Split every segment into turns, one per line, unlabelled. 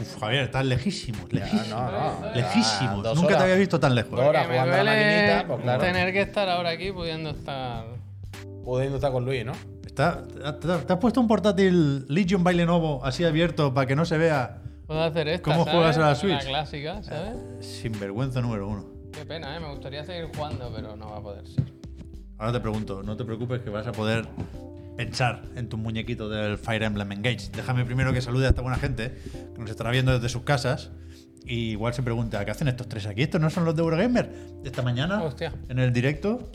Uf, Javier, estás lejísimo.
Ya,
Lejísimo.
no, no.
Lejísimo.
Ya, dos
Nunca
horas.
te había visto tan lejos. ¿eh?
Dos horas
Que me
jugando a la
duele
maquinita, pues claro.
tener que estar ahora aquí pudiendo estar.
Pudiendo estar con Luis, ¿no?
Está- te, te has puesto un portátil Legion by Lenovo así abierto para que no se vea
Puedo hacer esta.
¿Cómo
¿sabes?
juegas a la Switch?
La clásica, ¿sabes?
sinvergüenza número uno.
Qué pena, ¿eh? Me gustaría seguir jugando, pero no va a poder ser.
Ahora te pregunto, no te preocupes que vas a poder pensar en tu muñequito del Fire Emblem Engage. Déjame primero que salude a esta buena gente que nos estará viendo desde sus casas. Y igual se pregunta, ¿qué hacen estos tres aquí? ¿Estos no son los de Eurogamer? Esta mañana,
Hostia.
en el directo,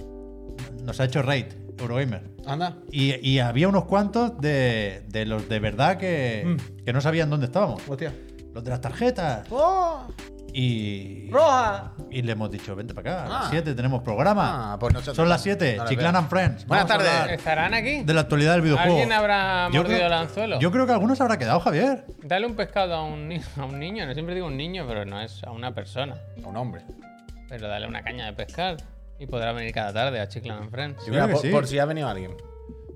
nos ha hecho raid Eurogamer.
Anda.
Y, y había unos cuantos de, de los de verdad que,
Mm.
que no sabían dónde estábamos.
Hostia.
Los de las tarjetas.
¡Oh!
Y,
¡Roja!
y le hemos dicho, vente para acá, a las
Ah.
7 tenemos programa.
Ah, pues nosotros-
Son las 7,
no las
Chiclan
veo.
and Friends.
Buenas
Vamos a
tardes.
hablar
¿Estarán aquí?
De la actualidad del videojuego.
¿Alguien habrá
Yo
mordido
creo-
el anzuelo?
Yo creo que algunos habrá quedado, Javier.
Dale un pescado a un, ni- a un niño. No siempre digo un niño, pero no es a una persona.
Un hombre.
Pero dale una caña de pescar y podrá venir cada tarde a Chiclan and Friends.
Yo creo que
por,
sí.
por si ha venido alguien.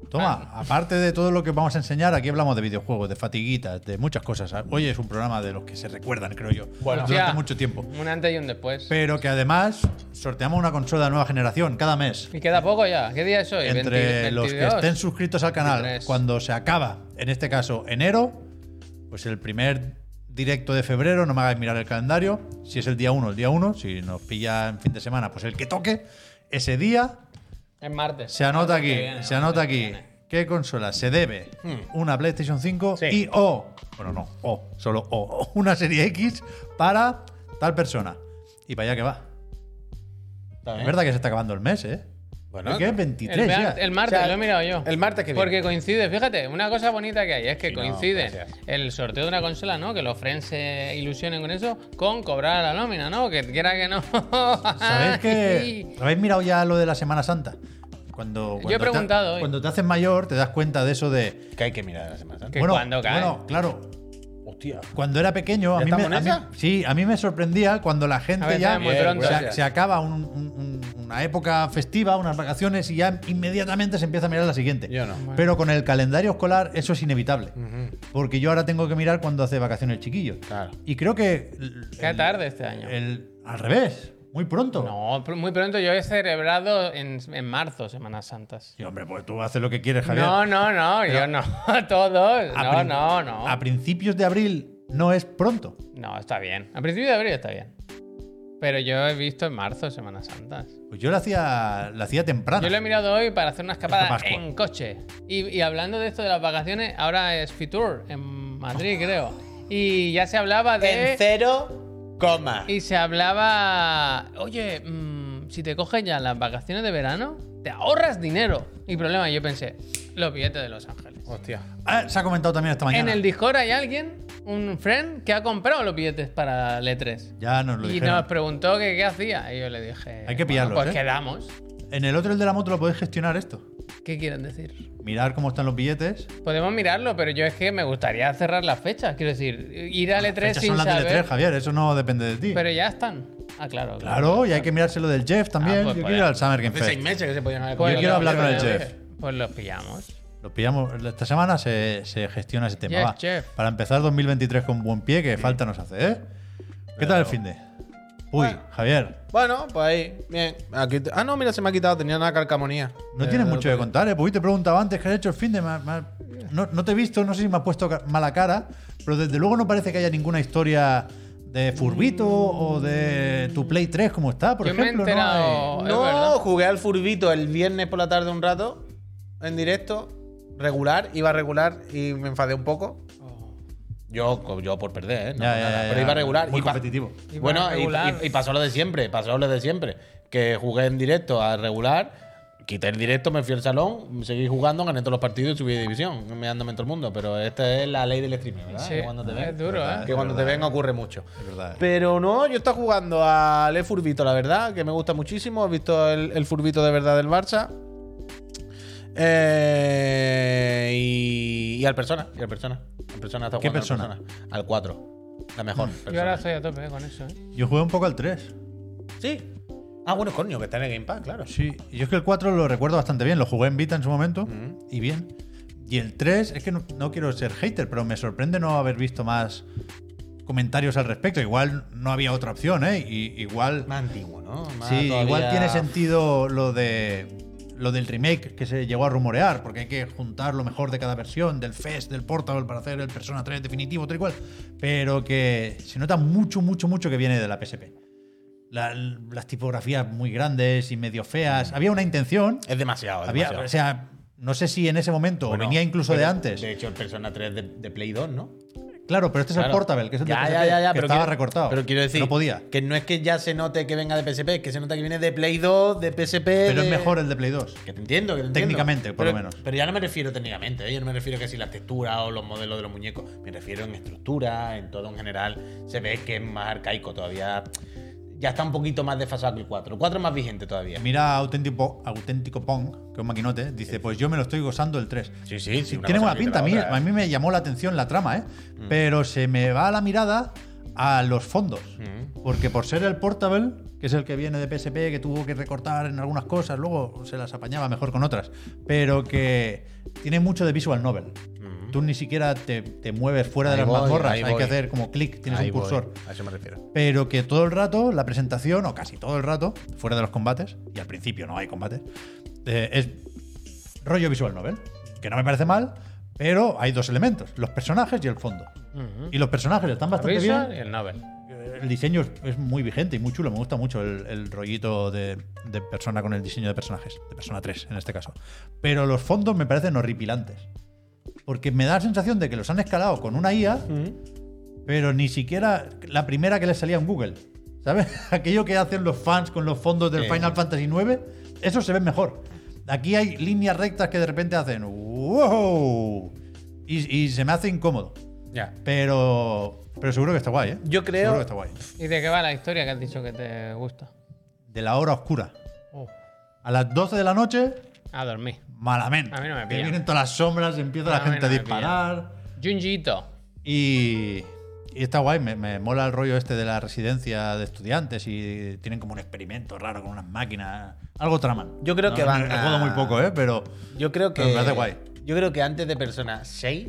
Toma,
Ah.
aparte de todo lo que vamos a enseñar, aquí hablamos de videojuegos, de fatiguitas, de muchas cosas. Hoy es un programa de los que se recuerdan, creo yo.
Bueno,
durante
ya.
mucho tiempo.
Un antes y un después.
Pero que además sorteamos una consola de nueva generación cada mes.
y queda poco ya. ¿Qué día es hoy?
Entre
20
los que
22.
estén suscritos al canal,
23.
cuando se acaba, en este caso enero, pues el primer directo de febrero, no me hagáis mirar el calendario, si es el día 1, el día 1, si nos pilla en fin de semana, pues el que toque, ese día
Es martes.
se anota
Martes
aquí,
Ah, que viene,
se
martes
anota
que
aquí.
viene. Hmm.
¿Qué consola se debe? Una PlayStation 5
Sí.
y o, bueno, no, o, solo o, una serie X para tal persona. Y para allá que va.
Está bien.
Es verdad que se está acabando el mes, ¿eh?
Bueno.
Creo que es
Eh. El,
23
mar-
ya.
el martes,
O sea,
lo he mirado yo.
el martes que viene.
Porque coincide, fíjate, una cosa bonita que hay es que
Sí, no,
coincide
gracias.
el sorteo de una consola, ¿no? Que los friends se ilusionen con eso, con cobrar la nómina, ¿no? Que quiera que no.
¿Sabéis
Ah,
que
Ay.
habéis mirado ya lo de la Semana Santa? Cuando, cuando
he
te-
preguntado hoy.
Cuando te haces mayor, te das cuenta de eso de.
Que hay que mirar a la Semana Santa.
Que cuando cae.
bueno, claro.
Hostia.
Cuando era pequeño, a
¿Ya
mí, me,
estamos en
a
esa?
mí- sí, a mí me sorprendía cuando la gente
A ver,
ya
estamos muy
se-
pronto.
se, se acaba un- un- un- una época festiva, unas vacaciones y ya inmediatamente se empieza a mirar la siguiente.
Yo no.
Pero con el calendario escolar eso es inevitable, porque yo ahora tengo que mirar cuando hace vacaciones el chiquillo.
Claro.
Y creo que
Qué tarde este año.
el- al revés, muy pronto.
No, pr- muy pronto yo he celebrado en, en marzo, Semanas Santas.
Y hombre, pues tú haces lo que quieres, Javier.
No, no, no, yo no. Todos.
A
No,
prin-
no, no.
A principios de abril no es pronto.
No, está bien. A principio de abril está bien. Pero yo he visto en marzo Semanas Santas.
Pues yo lo hacía, lo hacía temprano.
Yo lo he mirado hoy para hacer una escapada
Ah. Pascua.
en coche. Y, y hablando de esto de las vacaciones, ahora es Fitur en Madrid, creo. Y ya se hablaba
En
de.
cero, coma.
Y se hablaba. Oye, mm, si te coges ya las vacaciones de verano, te ahorras dinero. Y problema, yo pensé, los billetes de Los Ángeles.
Hostia.
Ah, se ha comentado también esta
En
mañana.
el Discord hay alguien, un friend, que ha comprado los billetes para L3.
Ya nos lo
Y
dijeron.
nos preguntó que qué hacía. Y yo le dije.
Hay que
bueno,
pillarlos,
Pues
¿eh?
quedamos.
En el otro, el de la moto, lo podéis gestionar esto.
¿Qué quieren decir?
Mirar cómo están los billetes.
Podemos mirarlo, pero yo es que me gustaría cerrar las fechas. Quiero decir, ir al E3
Fechas
sin
son las del E
saber.
E3, Javier, eso no depende de ti.
pero ya están. Ah, claro.
claro, y hay que mirarse lo del Jeff también.
Ah, pues,
Yo
pues,
quiero ir al Summer Game
Hace seis
Fest.
meses que se podían haber
Pues
Yo
comido.
quiero
lo-
hablar con el
pues,
Jeff.
Pues los pillamos.
Lo pillamos esta semana, se, se gestiona ese tema.
Jeff,
va.
Jeff.
Para empezar 2023 con buen pie, que falta nos hace, ¿eh? ¿Qué tal el fin de? Uy,
Bueno.
Javier,
Bueno, pues ahí. Bien. Aquí te- ah, no, mira, se me ha quitado. Tenía una calcamonía.
No
Eh,
tienes
de
mucho que
otro
contar, ¿eh? Porque hoy te preguntaba antes que has hecho el fin de. ma- ma- no, no te he visto, no sé si me has puesto ca- mala cara, pero desde luego no parece que haya ninguna historia de Furbito o de tu Play 3 como está, por
Yo me he
ejemplo.
enterado-
No
Oh, es verdad.
No, jugué al furbito el viernes por la tarde un rato, en directo, regular, iba a regular y me enfadé un poco. Oh. Yo, co- yo por perder, ¿eh? No,
Ya,
nada,
ya, ya,
pero
ya.
iba a regular.
Muy
y pa-
competitivo.
Iba
Bueno,
a
y-
regular.
y, y pasó lo de siempre, pasó lo de siempre. Que jugué en directo a regular, quité el directo, me fui al salón, seguí jugando, gané todos los partidos y subí de división, meándome en todo el mundo. Pero esta es la ley del streaming,
Ah,
¿verdad?
Sí,
Que cuando te ven-
es duro,
¿verdad?
¿eh?
que cuando te ven ocurre mucho.
hay, Es verdad. ¿eh?
Pero no, yo estaba jugando al E Furbito, la verdad, que me gusta muchísimo. He visto el, el Furbito de verdad del Barça. Eh, y, y al persona, y al persona. Al persona está
¿Qué
jugando al
persona? Mm.
Al 4. La mejor.
Yo
persona.
ahora estoy a tope con eso, ¿eh?
Yo jugué un poco al 3.
Sí. Ah, bueno, coño, que está en el Game Pass, claro.
Sí, y yo es que el 4 lo recuerdo bastante bien, lo jugué en Vita en su momento y bien. Y el 3, es que no, no quiero ser hater, pero me sorprende no haber visto más comentarios al respecto. Igual no había otra opción, ¿eh? Y, igual.
Más antiguo, ¿no? Más
Sí,
todavía-
igual tiene sentido lo de lo del remake que se llegó a rumorear, porque hay que juntar lo mejor de cada versión, del Fest, del Portable, para hacer el Persona 3 definitivo, tal y cual. Pero que se nota mucho, mucho, mucho que viene de la PSP. La- las tipografías muy grandes y medio feas. Había una intención.
Es demasiado. es
Había,
demasiado.
o sea, no sé si en ese momento o
Bueno,
venía incluso
pero,
de antes.
De hecho, el Persona 3 de, de Play 2, ¿no?
claro, pero este es el
Claro.
Portable, que es el de
ya,
PSP,
ya, ya, ya,
que
pero
estaba
quiero-
recortado.
Pero quiero decir
No podía.
que no es que ya se note que venga de PSP, es que se nota que viene de Play 2, de PSP.
Pero es
de-
mejor el de Play 2.
Que te entiendo, que te entiendo.
Técnicamente, por lo
Pero-
menos.
Pero ya no me refiero técnicamente, ¿eh? yo no me refiero que si las texturas o los modelos de los muñecos, me refiero en estructura, en todo en general, se ve que es más arcaico todavía. Ya está un poquito más desfasado que el 4. El 4 es más vigente todavía.
Mira auténtico, auténtico Pong, que es un maquinote, dice, pues yo me lo estoy gozando el 3.
Sí, sí, sí.
Tiene
cosa
buena pinta, a mí,
quita la otra,
a mí me llamó la atención la trama, ¿eh? Pero se me va la mirada a los fondos.
Mm.
Porque por ser el Portable, que es el que viene de PSP, que tuvo que recortar en algunas cosas, luego se las apañaba mejor con otras, pero que tiene mucho de visual novel.
Mm.
Tú ni siquiera te, te mueves fuera de
Ahí
las
voy,
mazmorras,
ahí
hay
voy.
que hacer como clic, tienes
Ahí
un
voy,
cursor
A eso me refiero.
pero que todo el rato la presentación, o casi todo el rato, fuera de los combates, y al principio no hay combates, eh, es rollo visual novel, que no me parece mal, pero hay dos elementos, los personajes y el fondo. Y los personajes están
La
bastante
Blizzard
bien.
y el Nobel.
El diseño es- es muy vigente y muy chulo. Me gusta mucho el, el rollito de, de persona con el diseño de personajes. De persona 3 en este caso. Pero los fondos me parecen horripilantes. Porque me da la sensación de que los han escalado con una IA pero ni siquiera la primera que les salía en Google. ¿Sabes? Aquello que hacen los fans con los fondos del
Sí.
Final Fantasy IX, eso se ve mejor. Aquí hay líneas rectas que de repente hacen ¡Wow! Y, y se me hace incómodo.
Ya.
Pero, pero seguro que está guay, ¿eh?
Yo
Seguro
creo.
que está guay.
¿Y de qué va la historia que has dicho que te gusta?
De la hora oscura.
Oh,
A las 12 de la noche,
a dormir.
malamente.
A mí no me
Que
pilla.
vienen todas las sombras, empieza
A
la
mí
gente
no
a
me
disparar.
Junji Ito.
Y, y está guay, me, me mola el rollo este de la residencia de estudiantes y tienen como un experimento raro con unas máquinas. Algo traman.
Yo creo que van
Me acuerdo
a-
muy poco, ¿eh? Pero
Yo creo que.
Pero me parece guay.
Yo creo que antes de Persona 6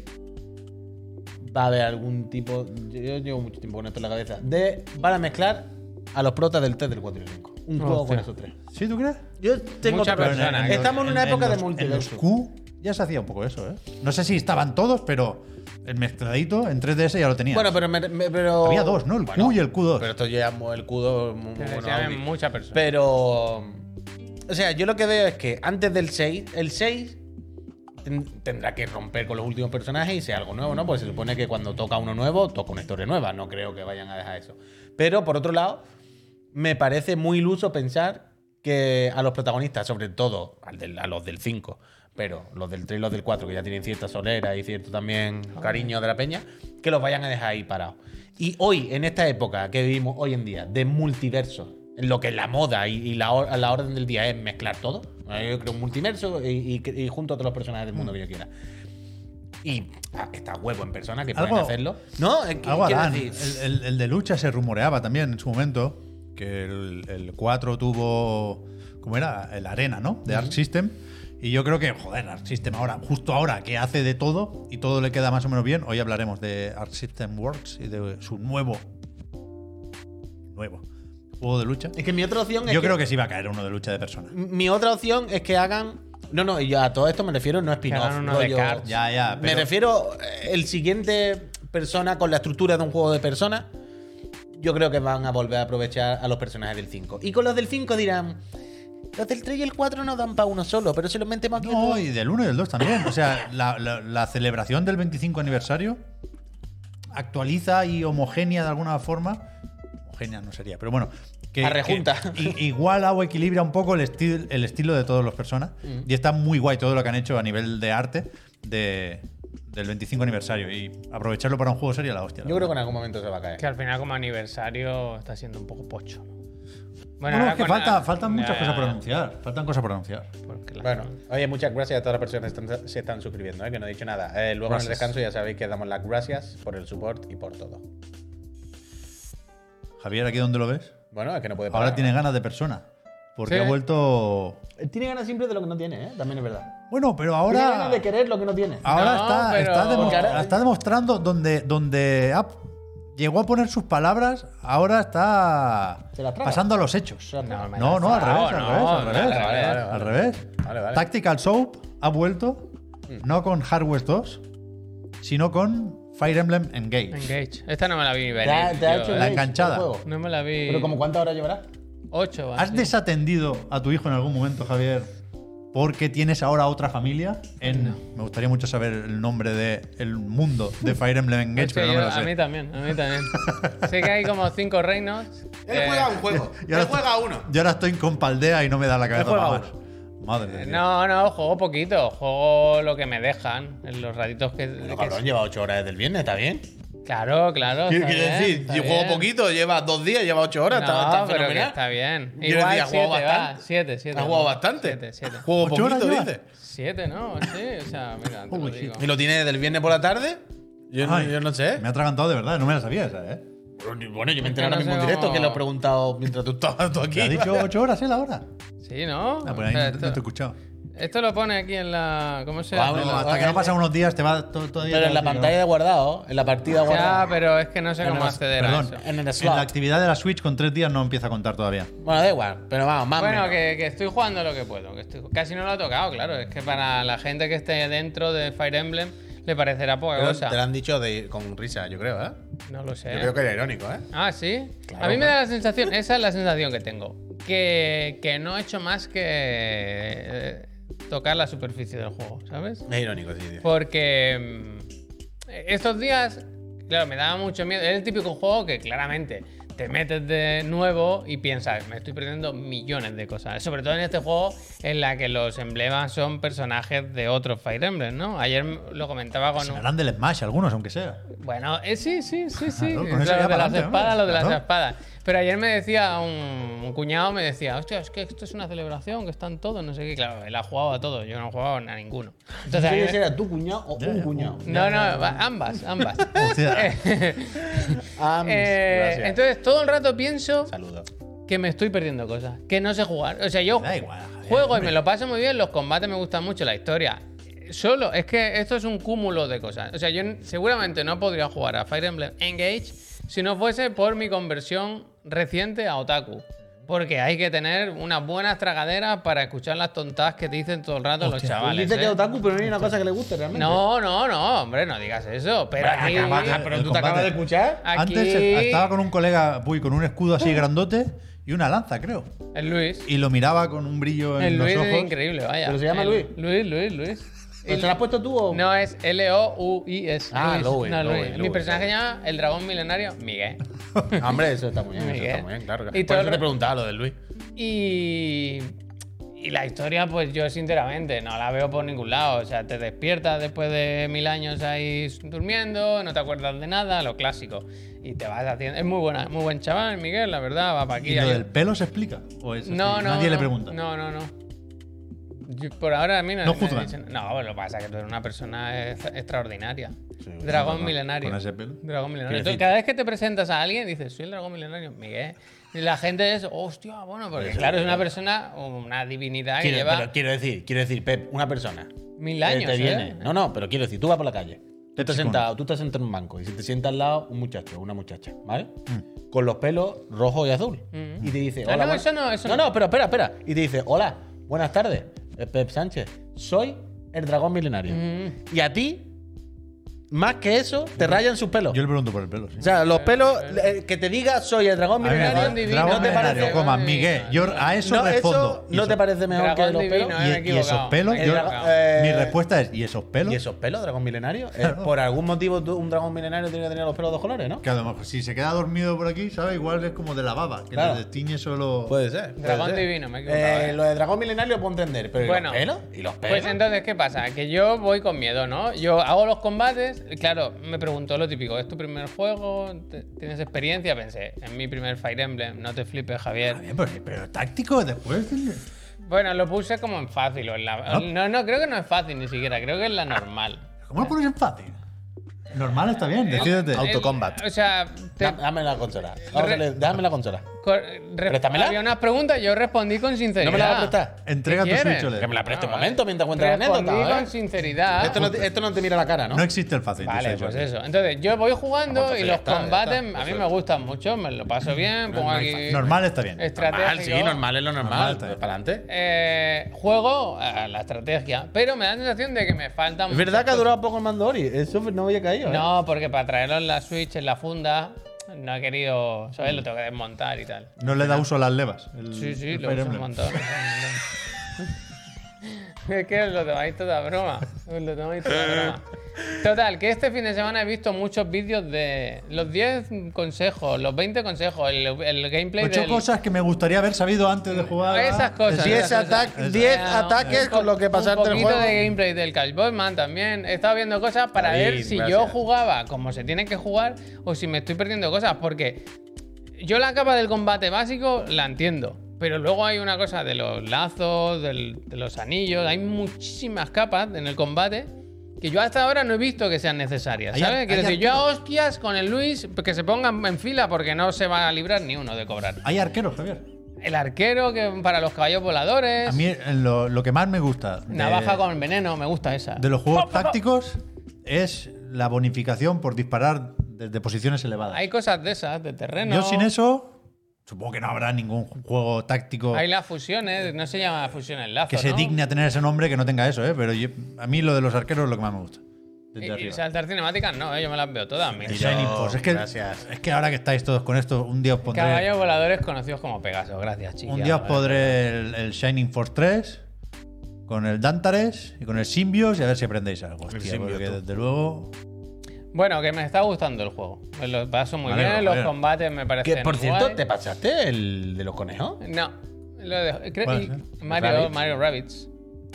va a haber algún tipo. Yo llevo mucho tiempo con esto en la cabeza. De van a mezclar a los protas del 3, del 4 y del 5. Un juego con
Hostia.
esos tres.
¿sí tú crees?
Yo tengo
Mucha
otra-
persona,
Pero
Estamos en una época de
los-
multiverso.
En los Q ya se hacía un poco eso, ¿eh? No sé si estaban todos, pero el mezcladito en 3DS ya lo tenía.
Bueno, pero, me- me- pero-
Había dos, ¿no? El Q y el Q2.
Pero esto ya el Q2 muy,
Que
muy
se
Audi.
llamen muchas personas.
Pero. O sea, yo lo que veo es que antes del 6, el 6 ten- tendrá que romper con los últimos personajes y sea algo nuevo, ¿no? Pues se supone que cuando toca uno nuevo, toca una historia nueva. No creo que vayan a dejar eso. Pero por otro lado, me parece muy iluso pensar que a los protagonistas, sobre todo al del- a los del 5, pero los del 3 y los del 4, que ya tienen cierta solera y cierto también cariño de la peña, que los vayan a dejar ahí parados. Y hoy, en esta época que vivimos hoy en día, de multiverso, en lo que la moda y, y la, or- la orden del día es mezclar todo, eh, yo creo un multiverso y, y- y junto a todos los personajes del mundo que yo quiera. Y ah, está huevo en persona que pueden
Algo-
hacerlo. No, es que-
Algo
quiero
harán.
decir-
El, el- el de lucha se rumoreaba también en su momento. Que el, el 4 tuvo. ¿Cómo era? El Arena, ¿no? De Arc System. Y yo creo que, joder, Arc System ahora, justo ahora, que hace de todo y todo le queda más o menos bien. Hoy hablaremos de Arc System Works y de su nuevo. Nuevo. Juego de lucha.
Es que mi otra opción es
Yo creo que sí va a caer uno de lucha de personas.
Mi otra opción es que hagan. No, no, yo a todo esto me refiero no
Que
spin-off.
hagan uno de
rollo-
cards.
Ya, ya.
me
pero-
refiero eh, el siguiente persona con la estructura de un juego de personas. Yo creo que van a volver a aprovechar a los personajes del 5. Y con los del 5 dirán. Los del 3 y el 4 no dan para uno solo, pero se los metemos aquí.
No, y del 1 y del 2 también. O sea, la, la- la celebración del 25 aniversario actualiza y homogénea de alguna forma. Homogénea no sería, pero bueno. Que,
La rejunta.
que i- iguala o equilibra un poco el, estil- el estilo de todos los personas. Y está muy guay todo lo que han hecho a nivel de arte de- del 25 aniversario. Y aprovecharlo para un juego sería la hostia. la
Yo creo
verdad.
que en algún momento se va a caer.
Que al final, como aniversario, está siendo un poco pocho. ¿no?
Bueno,
ahora
es que
con-
falta, faltan
Ya,
muchas
ya,
cosas por
ya.
anunciar. Faltan cosas por anunciar.
Porque la-
Bueno, oye, muchas gracias a todas las personas que están- se están suscribiendo, ¿eh? que no he dicho nada. Eh, luego en el
Gracias.
descanso ya sabéis que damos las gracias por el support y por todo.
Javier, aquí donde lo ves.
Bueno, es que no puede parar.
Ahora tiene ganas de persona. Porque
Sí.
ha vuelto
Tiene ganas siempre de lo que no tiene, ¿eh? también es verdad.
Bueno, pero
Tiene
ahora,
ganas de querer lo que no tiene.
ahora
No,
está,
pero-
está demo-
Porque ahora-
está demostrando donde, donde ha llegó a poner sus palabras, ahora está
Se las traga.
pasando a los hechos.
Se las traga.
No, no, al
No,
revés, al revés,
no,
al
no,
revés.
vale, vale, vale,
Al revés.
Vale, vale.
Tactical Soap ha vuelto, no con Hardware 2, sino con Fire Emblem Engage.
Engage. Esta no me la vi venir.
Te ha, te ha
tío,
hecho
La
eh.
Blaze
enganchada.
el juego.
No me la vi.
Pero como cuántas horas llevará?
8
¿Has desatendido a tu hijo en algún momento, Javier, porque tienes ahora otra familia? En, Me gustaría mucho saber el nombre del mundo de Fire Emblem Engage,
Es que
pero no
yo-
me lo
a mí
sé.
también, a mí también. sé que hay como cinco reinos.
Él
eh,
juega un juego.
Y ahora
Él juega uno.
Yo ahora estoy con Paldea y no me da la cabeza
juega Eh,
para más. Madre de Dios.
no, no, juego poquito. Juego lo que me dejan. En los ratitos que.
Pero
que-
cabrón, lleva 8 horas desde el viernes, ¿está bien.
Claro, claro.
Quiero
está
quiero
bien,
decir,
está
yo juego
bien.
poquito, lleva dos días, lleva ocho horas,
No,
está, está
pero que
fenomenal.
está bien.
Quiero
Igual
decir, ha jugado
siete, va,
bastante.
siete, siete,
Ha jugado
va.
bastante.
Siete, siete.
Juego
¿Ocho horas
poquito,
lleva?
dice.
Siete, ¿no? Sí, o sea, mira, te lo
Holy
digo.
shit.
¿Y lo tiene desde el viernes por la tarde? Yo, no-
Ay,
yo no
¿eh?
sé.
Me ha atragantado de verdad, no me la sabía esa, ¿eh?
Bueno, yo me enteré
Es que
ahora
no
mismo en
sé
directo
cómo-
que lo he preguntado mientras tú estabas tú aquí.
¿Te ha dicho ocho horas él
Ah,
ahora?
Sí, ¿no?
Ah, pues ahí
Espera,
no, no te he
esto,
escuchado.
esto lo pone aquí en la. ¿Cómo se llama?
Vamos,
No,
Ah, la-
hasta que no pasan unos días te va to- todavía.
Pero en la
te va a decir,
pantalla de guardado, en la partida
Ya,
guardada.
pero es que no sé
Pero
cómo
no-
acceder a
Perdón,
eso.
En el
en
slot.
la actividad de la Switch con tres días no empieza a contar todavía.
Bueno, da igual, pero vamos, más o
Bueno,
menos.
que, que estoy jugando lo que puedo. que estoy- casi no lo he tocado, claro. Es que para la gente que esté dentro de Fire Emblem le parecerá poca
Pero Te lo
cosa.
han dicho de- con risa, yo creo, ¿eh?
No lo sé.
Yo creo que era irónico, ¿eh?
Ah, sí.
Claro,
a mí me
claro.
da la sensación, esa es la sensación que tengo. Que, que no he hecho más que eh, tocar la superficie del juego, ¿sabes?
Es irónico, sí,
Pues,
tío.
Porque mm, estos días, claro, me daba mucho miedo. Es el típico juego que claramente te metes de nuevo y piensas, me estoy perdiendo millones de cosas. Sobre todo en este juego en la que los emblemas son personajes de otros Fire Emblem, ¿no? Ayer lo comentaba con
Se
un...
harán del Smash algunos, aunque sea.
Bueno, eh, sí, sí, sí, sí.
Claro,
Los
con eso ya
de
para
las
adelante,
espadas,
hombre,
los de las
claro.
espadas. Pero ayer me decía un, un cuñado, me decía, hostia, es que esto es una celebración, que están todos, no sé qué. Claro, él ha jugado a todos, yo no he jugado a ninguno. Entonces, a mí me-
¿Quieres era tu cuñado o
Ya,
un
ya.
cuñado?
no, no, va- ambas, ambas.
Hostia.
Ah, mis-
Eh,
gracias.
entonces, todo el rato pienso
Saludos.
que me estoy perdiendo cosas, que no sé jugar. O sea, yo
Da igual, Javier,
juego y
hombre.
me lo paso muy bien, los combates me gustan mucho, la historia. Solo, es que esto es un cúmulo de cosas. O sea, yo n- seguramente no podría jugar a Fire Emblem Engage si no fuese por mi conversión reciente a Otaku. Porque hay que tener unas buenas tragaderas para escuchar las tontadas que te dicen todo el rato los chavales.
Dice que
¿eh?
es otaku, pero no hay una cosa que le guste realmente.
No, no, no, hombre, no digas eso. Pero aquí,
El combate.
escuchar?
aquí-
Antes estaba con un colega, uy, con un escudo así grandote y una lanza, creo.
el Luis.
Y lo miraba con un brillo en
El
los
Luis es
ojos.
increíble, vaya.
¿Pero se llama
El-
Luis?
Luis, Luis, Luis.
¿Te lo has puesto tú o.?
No, es L-O-U-I-S.
Ah,
Luis,
Louis,
no,
Louis,
Luis. Mi
Louis,
personaje se llama el dragón milenario Miguel.
Hombre, eso está muy bien, eso
Miguel.
está muy bien, claro.
Y
Por
todo
eso
el-
te preguntaba lo de Luis.
Y. Y la historia, pues yo sinceramente no la veo por ningún lado. O sea, te despiertas después de mil años ahí durmiendo, no te acuerdas de nada, lo clásico. Y te vas haciendo. Es muy buena, muy buen chaval, Miguel, la verdad, va para aquí.
¿Y lo
ahí-
del pelo se explica? ¿O es así?
No, no.
Nadie le
no.
pregunta.
No, no, no. Yo- por ahora a mí no,
No
me
juzgan.
dicen- No, bueno, lo que pasa es que tú eres una persona ex- extraordinaria.
bueno,
dragón
no,
milenario.
con ese pelo.
Dragón milenario.
Quiero
Entonces,
decir-
cada vez que te presentas a alguien, dices, soy el dragón milenario, Miguel. Y la gente es, hostia, bueno, porque claro, es una persona, una divinidad que
Quiero,
lleva
pero quiero decir, quiero decir, Pep, una persona.
mil
que
años.
te
¿eh?
viene. No, no, pero quiero decir, tú vas por la calle. Tú estás sentado, tú estás sentado en un banco y se te sienta al lado un muchacho, una muchacha, ¿vale? Con los pelos rojo y azul. Y te dice,
Ah,
hola.
no,
buen-".
eso no, eso
no,
no.
no, pero espera, espera. Y te dice, hola, buenas tardes, eh, Pep Sánchez. Soy el dragón milenario.
Mm.
Y a ti, más que eso, te rayan sus pelos.
Yo le pregunto por el pelo, sí.
O sea, los pelos, eh, que te diga soy el dragón
A ver,
milenario.
Dragón divino,
dragón
¿no te
milenario,
parece?
coma,
Dragón
Miguel.
divino.
Yo a eso
No,
respondo.
eso
Y
no te
eso-
parece mejor que
Dragón
los pelos.
divino,
y-
eh, me he
y esos
equivocado.
pelos,
Me he
yo-
equivocado.
eh,
Mi respuesta es, ¿y esos pelos?
¿Y esos pelos, dragón milenario? Eh,
Claro.
por algún motivo tú- un dragón milenario tiene que tener los pelos de dos colores, ¿no?
Que a lo mejor si se queda dormido por aquí, ¿sabes? Igual es como de la baba, que
Claro.
le destiñe solo...
ser. puede
Dragón
ser.
divino, me he equivocado,
Eh,
eh.
Lo de dragón milenario puedo entender, pero
Bueno.
¿y los pelos? ¿Y los pelos?
Pues entonces, ¿qué pasa? Que yo voy con miedo, ¿no? Yo hago los combates, y claro, me preguntó lo típico, ¿es tu primer juego? ¿Te- ¿Tienes experiencia? Pensé, en mi primer Fire Emblem, no te flipes, Javier.
Está bien, pero, pero táctico después...
Bueno, lo puse como en fácil. O en la...
Ah.
No, no, creo que no es fácil ni siquiera, creo que es la normal.
¿Cómo lo pones en fácil? Normal está bien, decídete.
Ah.
eh,
Autocombat.
O sea, te-
Da- Dame la consola. Vamos a
Re-
leer- Dame la consola.
Cor- re-
Préstamela.
Había unas preguntas y yo respondí con sinceridad.
¿No me la vas a prestar?
Entrega
¿Qué
tu
quieres?
Switch OLED.
Que me la preste un
Ah, vale.
momento mientras cuentas la
Respondí
anécdota. ¿eh?
con sinceridad.
Esto, no te, esto no te mira la cara, ¿no?
No existe el fácil.
Vale,
dice
pues
Jordi.
eso. Entonces, yo voy jugando
entonces
y
ya
los
está, ya
combates
está.
a mí
Eso
me
es.
gustan mucho, me lo paso bien, pongo aquí...
Normal está bien.
Estrategia.
normal, sí, normal, es lo normal.
Normal, está
Pues
bien.
para adelante.
Eh, juego a la estrategia, pero me da la sensación de que me faltan...
Es verdad que ha
muchas
durado poco el Mandori. Eso no había caído. ¿eh?
No, porque para traerlo en la Switch, en la funda, no he querido. ¿Sabes? Lo tengo que desmontar y tal.
No le da uso a las levas. el-
Sí, sí,
el
lo
Fire
he
Emblem.
desmontado. es que os lo tomáis toda broma. os lo tomáis toda broma. Total, que este fin de semana he visto muchos vídeos de los 10 consejos, los 20 consejos, el, el gameplay
Ocho
del-
cosas que me gustaría haber sabido antes de jugar. a-
Esas cosas.
Sí,
Diez
esas cosas.
ataques- diez
Bueno,
ataques
un
con lo que
po-
pasarte el
Un poquito
juego.
de gameplay del Cal Bowman también. He estado viendo cosas para
Ahí,
ver si yo
gracias.
jugaba como se tiene que jugar o si me estoy perdiendo cosas. Porque yo la capa del combate básico la entiendo. Pero luego hay una cosa de los lazos, del- de los anillos. Hay muchísimas capas en el combate que yo hasta ahora no he visto que sean necesarias.
Hay
¿Sabes?
ar-
Quiero
hay
decir, yo a
artículos.
hostias con el Luis que se pongan en fila porque no se va a librar ni uno de cobrar.
Hay arqueros, Javier.
El arquero que para los caballos voladores.
A mí eh, lo, lo que más me gusta de,
Navaja con veneno, me gusta esa.
de los juegos tácticos es la bonificación por disparar desde posiciones elevadas.
Hay cosas de esas, de terreno.
Yo sin eso, supongo que no habrá ningún juego táctico
Hay las fusiones, no se llama fusiones lazo.
que se
¿no?
digne a tener ese nombre que no tenga eso, ¿eh? Pero yo- a mí lo de los arqueros es lo que más me gusta. Desde
Y, y
arriba.
saltar cinemáticas, no, eh, yo me las veo todas. mis
El Shining
Yo,
Force. Es que,
gracias.
es que ahora que estáis todos con esto, un día os pondré,
Caballos voladores conocidos como Pegaso, gracias, chicos.
un día os pondré el, el Shining Force 3 con el Dantares y con el Symbios y a ver si aprendéis algo. Hostia,
Symbiote.
porque desde luego.
Bueno, que me está gustando el juego. Me lo paso muy
Vale,
bien,
vale.
los combates me parecen.
Que por
guay.
cierto, ¿te pasaste el de los conejos?
No, lo dejo. Creo-
¿Cuál
y-
es?
Mario
Rabbids.
Rabbits. Mario Rabbids.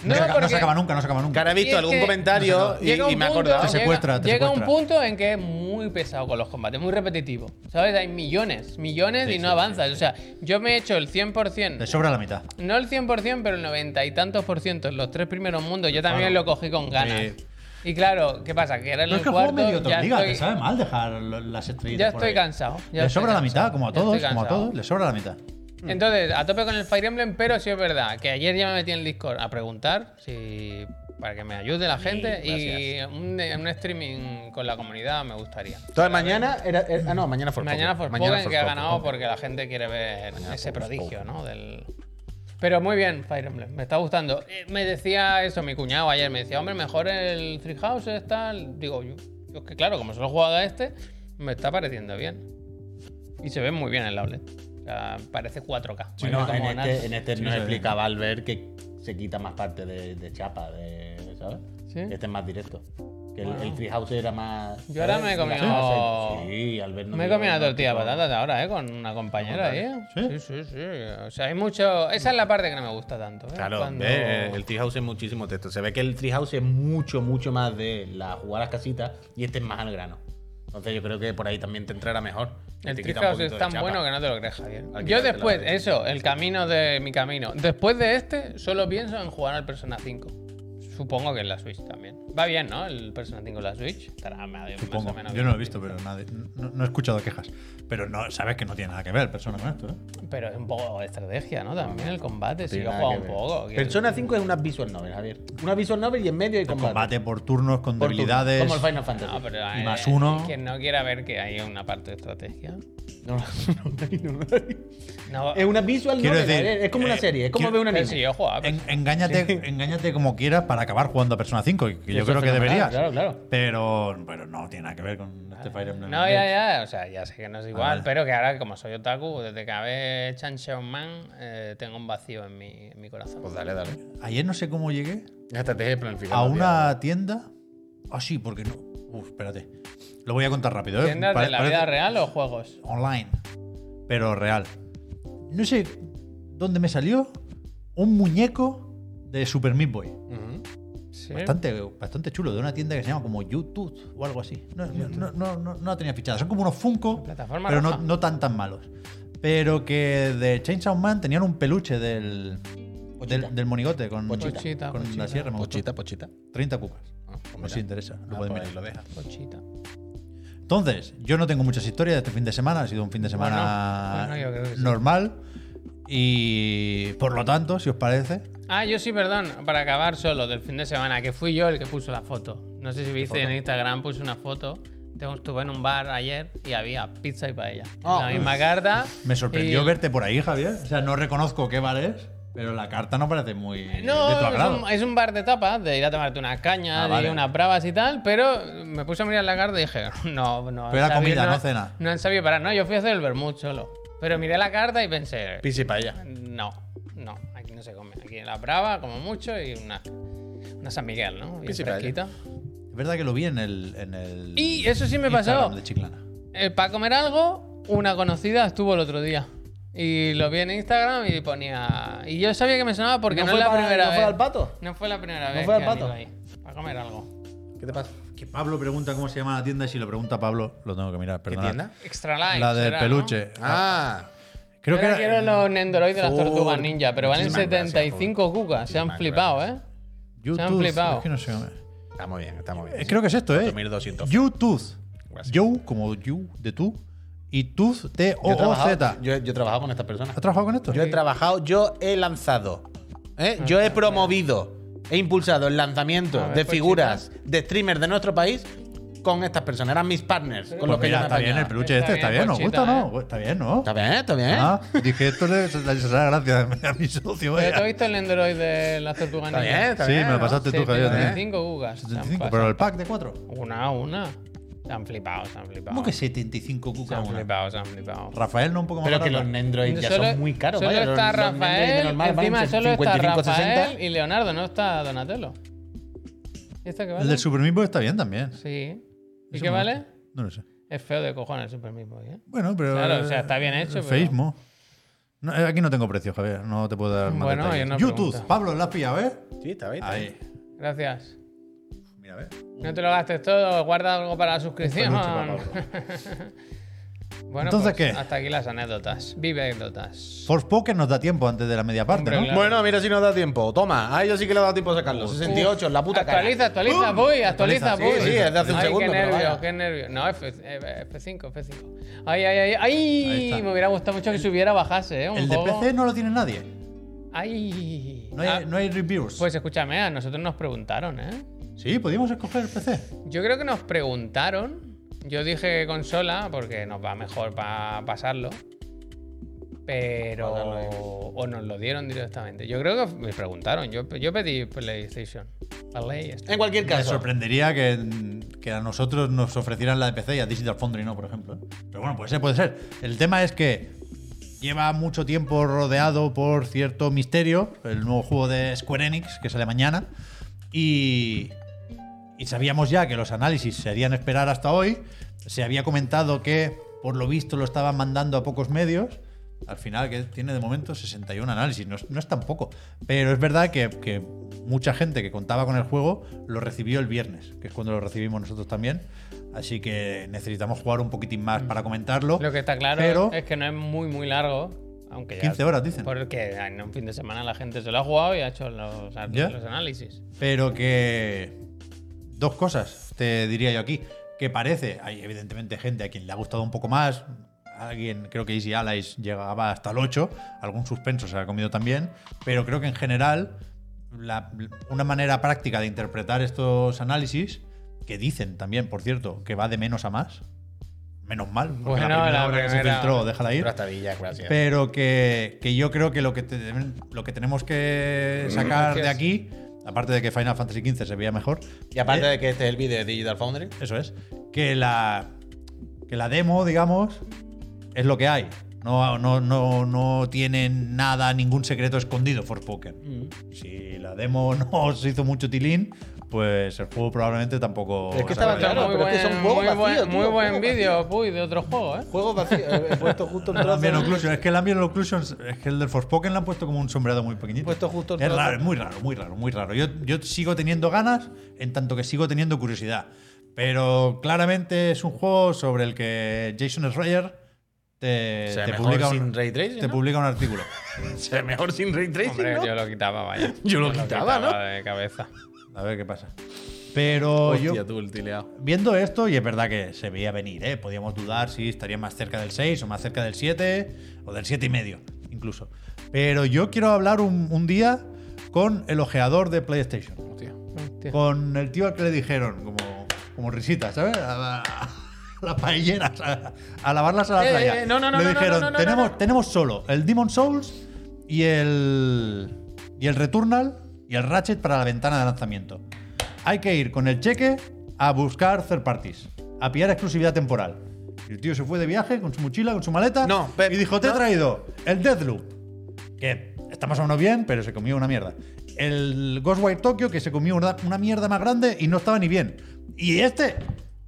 No, se, acaba- no se acaba nunca, no se acaba
Que
nunca.
ahora he
Y es
visto algún
que-
comentario y,
Llega un
y me he
punto-
acordado.
Se secuestra, te
llega
secuestra.
un punto en que es muy pesado con los combates, muy repetitivo. ¿Sabes? Hay millones, millones y no avanzas. O sea, yo me he hecho el 100%.
Te sobra la mitad.
No el 100%, pero el 90 y tantos por ciento en los tres primeros mundos. Yo también
Claro.
lo cogí con ganas.
Sí.
Y claro, ¿qué pasa? Que era en
No
el
es que el juego
cuarto.
medio te
ya
obliga,
estoy,
te sabe mal dejar lo- las estrellitas.
ya
por
estoy
ahí.
cansado. ya
le
estoy
sobra la
cansado,
mitad, como a
ya
todos,
estoy
como a
cansado.
todos, le sobra la mitad.
Entonces, a tope con el Fire Emblem, pero sí es verdad que ayer ya me metí en el Discord a preguntar si para que me ayude la gente y un, un streaming con la comunidad me gustaría.
Entonces mañana era, era- ah no, mañana fue
Mañana Forspoken que ha ganado porque la gente quiere ver ese prodigio, ¿no? Del... Pero muy bien, Fire Emblem, me está gustando. Eh, Me decía eso mi cuñado ayer, me decía, hombre, mejor el Three Houses, tal. Digo, yo, yo es que claro, como solo he jugado a este, me está pareciendo bien. Y se ve muy bien el OLED. O sea, parece 4K.
Bueno,
Parece
en
como nada.
este, en este
Sí,
nos
sí.
explicaba Albert que se quita más parte de, de chapa, de, ¿sabes?
Sí.
Este es más directo. Que el, el Free House era más.
Yo ahora
¿sabes?
me he
Las
comido-
cosas- Sí, Albert no
Me he
dio-
comido una
no
tortilla de
dio-
patatas ahora, ¿eh? Con una compañera ahí. ¿eh?
¿Sí?
sí, sí. O sea, hay mucho. Esa es la parte que no me gusta tanto. ¿eh?
Claro,
Cuando-
ve, eh, el Treehouse es muchísimo texto. Se ve que el Treehouse es mucho, mucho más de la jugar a las casitas y este es más al grano. Entonces yo creo que por ahí también te entrará mejor. Y
El
te quita un
Treehouse
poquito
es
de
tan
chapa.
bueno que no te lo crees, Javier.
Al
Yo
quitártela
después,
de-
eso, el camino de mi camino. Después de este, solo pienso en jugar al Persona 5. Supongo que en la Switch también. Va bien, ¿no? El Persona 5 en la Switch. Estará más o
Supongo.
menos
Yo
bien.
no lo he visto, pero nadie, no, no he escuchado quejas. Pero no, sabes que no tiene nada que ver el persona con esto, ¿eh?
Pero es un poco de estrategia, ¿no? También el combate. si
tiene
yo he
nada
jugado
que
un
ver.
poco. quiero
Persona
decir.
5 es una visual novel, Javier. Una visual novel y en medio hay combate.
Combate por turnos con
Por turno,
debilidades.
Como el Final Fantasy.
No, pero,
Y
eh,
más uno.
Quien no quiera ver que hay una parte de estrategia.
No, no, no, no.
No,
Es una visual
Quiero
novel,
decir,
Javier. es como una
eh,
serie, es como
quiero-
ver una
pero
anime.
si yo he jugado.
En- engáñate, engáñate como quieras para acabar jugando a Persona 5, que yo
Eso
creo
es
que
fenomenal,
deberías.
Claro, claro.
Pero, pero no tiene nada que ver con este Fire Emblem.
No, ya, ya, o sea, ya sé que no es igual,
vale.
pero que ahora, como soy otaku, desde que acabé Chan Man, eh, tengo un vacío en mi, en mi corazón.
Pues dale, dale.
Ayer no sé cómo llegué
Hasta te ejemplo en el final.
a
del día.
una tienda. Ah, sí, porque no. Uf, espérate. Lo voy a contar rápido, ¿eh?
¿Tiendas
Pare-
de la
parece-
vida real o juegos?
online, pero real. No sé dónde me salió un muñeco de Super Meat Boy.
¿Eh? Sí.
Bastante, bastante chulo, de una tienda que se llama como YouTube o algo así. No, no, no, no, no- no la tenía fichada. Son como unos Funko,
Plataforma
pero no,
roja.
no tan tan malos. Pero que de Chainsaw Man tenían un peluche del, del, del monigote con,
Pochita. Pochita,
con
pochita.
la sierra. me gustó.
Pochita, pochita.
30 cucas.
Ah, pues
No
mira.
si interesa, lo
Ah,
pueden
pues ahí
mirar.
lo deja.
Cochita.
Entonces, yo no tengo muchas historias de este fin de semana, ha sido un fin de semana
Bueno, bueno, yo creo que sí.
normal. Y por lo tanto, si os parece,
Ah, yo sí, perdón, para acabar solo del fin de semana, que fui yo el que puso la foto. No sé si viste en Instagram, puse una foto. Tengo- Estuve en un bar ayer y había pizza y paella.
Oh,
la misma carta.
me sorprendió
y-
verte por ahí, Javier. O sea, no reconozco qué bar es, pero la carta no parece muy
No,
de tu
es
agrado.
un, es un bar de tapas, de ir a tomarte una caña,
Ah,
de
vale.
unas bravas y tal, pero me puse a mirar la carta y dije, no, no. han
Pero era
sabido-
comida, no cena.
No han sabido parar, no, yo fui a hacer el vermut solo. Pero miré la carta y pensé,
Pisi paella.
no, no, aquí no se come. Aquí en la brava, como mucho, y una, una San Miguel, ¿no? Bien
Pizza
¿eh?
y paella.
fresquita.
Es verdad que lo vi en el. En el
Y eso sí me
Instagram
pasó.
De Chiclana.
para Eh, comer algo, una conocida estuvo el otro día. Y lo vi en Instagram y ponía. Y yo sabía que me sonaba porque no,
fue
es la
pa-
primera
¿No
vez.
fue al pato?
No fue la primera vez.
fue al
que han ido
pato?
ahí. Para comer algo.
¿Qué te pasa?
Que Pablo pregunta cómo se llama la tienda y si lo pregunta Pablo, lo tengo que mirar, perdón.
tienda?
Extra life.
La del
será, ¿no?
peluche.
Ah.
Creo que
Ahora
era.
quiero los Nendoroides de las
Joder,
tortugas ninja, pero valen
muchísimas gracias,
75 cucas. Se han
Muchísimas
flipado, ¿eh?
YouTube.
han flipado.
Es que no sé, hombre.
Está muy bien, está muy bien.
Eh, Creo que es esto, ¿eh?
4.200.
YouTube.
Gracias.
You, como you, de tú. Y Tooth,
Yo he,
T-O-O-Z.
trabajado, yo, he- yo he trabajado con estas personas.
¿Has trabajado con esto?
Yo he trabajado, yo he lanzado, ¿eh? yo he promovido, he impulsado el lanzamiento
A ver,
de
pues,
figuras de streamers de nuestro país con estas personas. Eran mis partners con
Pues
los que
mira,
yo me
está bien
apañaba.
el peluche
Está
este, está
bien,
bien, ¿nos
Conchita,
gusta o no? Está bien, ¿no?
¿eh? Está bien, está bien.
Ah, dije, esto le le será gracias a mi socio.
Pero
vaya.
te he visto el Nendoroid de las tortugas
Está
ninja.
bien, está
Sí,
bien.
me lo
¿no?
pasaste tú, Javier. también.
75 cucas. se han
75,
pasado.
pero el pack de 4.
Una a una. Se han flipado, se han flipado.
¿Cómo que 75
Se
cuca
han
una?
flipado, se han flipado.
Rafael no un poco más
Pero que los
barata?
Nendroids ya
Solo-
son muy caros.
Solo
vaya, los-
está
los Nendroids de
Rafael,
normal valen
encima solo está
55,
Rafael y Leonardo, no está Donatello. ¿Y esta qué vale?
El del Super Meat Boy está bien también.
Sí. ¿Y
Eso
qué
me
vale?
gusta. No lo sé.
Es feo de cojones el Super Meat Boy, ¿eh?
Bueno, pero.
Claro, o sea,
eh,
está bien hecho, pero-
Feísmo. No, eh, aquí no tengo precio, Javier. No te puedo dar más
Bueno,
detalles.
yo no
YouTube,
pregunto.
Pablo, ¿la has pillado, eh?
Sí, está bien. está bien.
Ahí.
Gracias.
Mira, a ver.
No te lo gastes todo, guarda algo para la suscripción. bueno,
Entonces,
pues,
¿qué?
hasta aquí las anécdotas. Vive anécdotas.
Forspoken nos da tiempo antes de la media parte,
Hombre,
¿no?
claro.
Bueno, mira si nos da tiempo. Toma, a ellos sí que le ha dado tiempo a sacarlo. 68, la puta cara. Uh,
Actualiza, actualiza, voy, actualiza,
Actualiza, sí,
voy.
sí, es de hace un
ay,
segundo,
Qué
pero
nervio,
vaya.
qué nervio. No, F, eh, F5, F5. Ay, ay, ay, ay.
Ahí está.
me hubiera gustado mucho que subiera, bajase, ¿eh? Un
El de
poco.
PC no lo tiene nadie.
Ay.
No hay,
Ah,
no hay reviews.
Pues escúchame, a nosotros nos preguntaron, ¿eh?
sí, podíamos escoger el PC.
Yo creo que nos preguntaron. Yo dije consola porque nos va mejor para pasarlo. Pero. O nos lo dieron directamente. Yo creo que me preguntaron. Yo, yo pedí PlayStation. PlayStation.
Eh,
En cualquier
Me
caso,
sorprendería que, que a nosotros nos ofrecieran la de PC y a Digital Foundry no, por ejemplo. ¿eh? Pero bueno, puede ser, puede ser. El tema es que lleva mucho tiempo rodeado por cierto misterio, el nuevo juego de Square Enix que sale mañana. Y, y sabíamos ya que los análisis serían esperar hasta hoy. Se había comentado que, por lo visto, lo estaban mandando a pocos medios. Al final, que tiene de momento 61 análisis, no es, no es tan poco. Pero es verdad que, que mucha gente que contaba con el juego lo recibió el viernes, que es cuando lo recibimos nosotros también. Así que necesitamos jugar un poquitín más para comentarlo.
Lo que está claro
Pero-
es que no es muy, muy largo. Aunque ya-
15 horas, dicen.
Porque en un fin de semana la gente se lo ha jugado y ha hecho los, los
¿Ya?
análisis.
Pero que. Dos cosas te diría yo aquí. Que parece, hay evidentemente gente a quien le ha gustado un poco más. Alguien, creo que Easy Allies llegaba hasta el 8. Algún suspenso se ha comido también. Pero creo que en general, la- una manera práctica de interpretar estos análisis, que dicen también, por cierto, que va de menos a más. Menos mal. porque
Bueno,
la primera
la
obra que se
primera-
filtró, déjala ir.
Pero hasta Villa, gracias.
Pero que, que yo creo que lo que, te- lo que tenemos que sacar de
Gracias.
aquí, aparte de que Final Fantasy XV se veía mejor,
y aparte de que este es el vídeo de Digital Foundry,
eso es, que la, que la demo, digamos, es lo que hay. No, no, no, no tiene nada, ningún secreto escondido for Poker.
Mm.
Si la demo no se hizo mucho tilín, pues el juego probablemente tampoco.
Es que estaba
sabe.
claro, pero es que son juegos
muy buen,
vacíos, tío,
muy buen
juegos
vídeo, Puy, de otros juegos, ¿eh?
juegos vacíos. He puesto justo el
El
trozo.
ambient occlusion, es que el ambient occlusion, es que el del Forspoken le han puesto como un sombreado muy pequeñito.
Puesto justo el
es
trozo.
raro, es muy raro, muy raro, muy raro. Yo, yo sigo teniendo ganas, en tanto que sigo teniendo curiosidad. Pero claramente es un juego sobre el que Jason Schreier te,
O sea,
te
mejor
publica,
sin
un,
ray tracing,
te
¿no?
publica un artículo.
Se ve mejor sin ray tracing,
Hombre,
¿no?
yo lo quitaba, vaya.
Yo lo quitaba, ¿no?
De cabeza.
A ver qué pasa. Pero yo
Hostia, tú, el tileado.
Viendo esto, y es verdad que se veía venir, ¿eh? podíamos dudar si estaría más cerca del 6 o más cerca del 7 o del 7 y medio, incluso. Pero yo quiero hablar un, un día con el ojeador de PlayStation,
Hostia.
Hostia.
con el tío al que le dijeron, como, como risita, ¿sabes? A, la- a las paelleras, a, a lavarlas a la
Eh,
playa.
eh, no, no, no,
le
no, no,
dijeron,
no, no, no,
tenemos,
no".
tenemos solo el Demon Souls y el, y el Returnal y el Ratchet para la ventana de lanzamiento. Hay que ir con el cheque a buscar third parties, a pillar exclusividad temporal. Y el tío se fue de viaje con su mochila, con su maleta.
No, Pep,
y dijo: Te he
no.
traído el Deathloop, que está más o menos bien, pero se comió una mierda. El Ghostwire Tokyo, que se comió una, una mierda más grande y no estaba ni bien. Y este,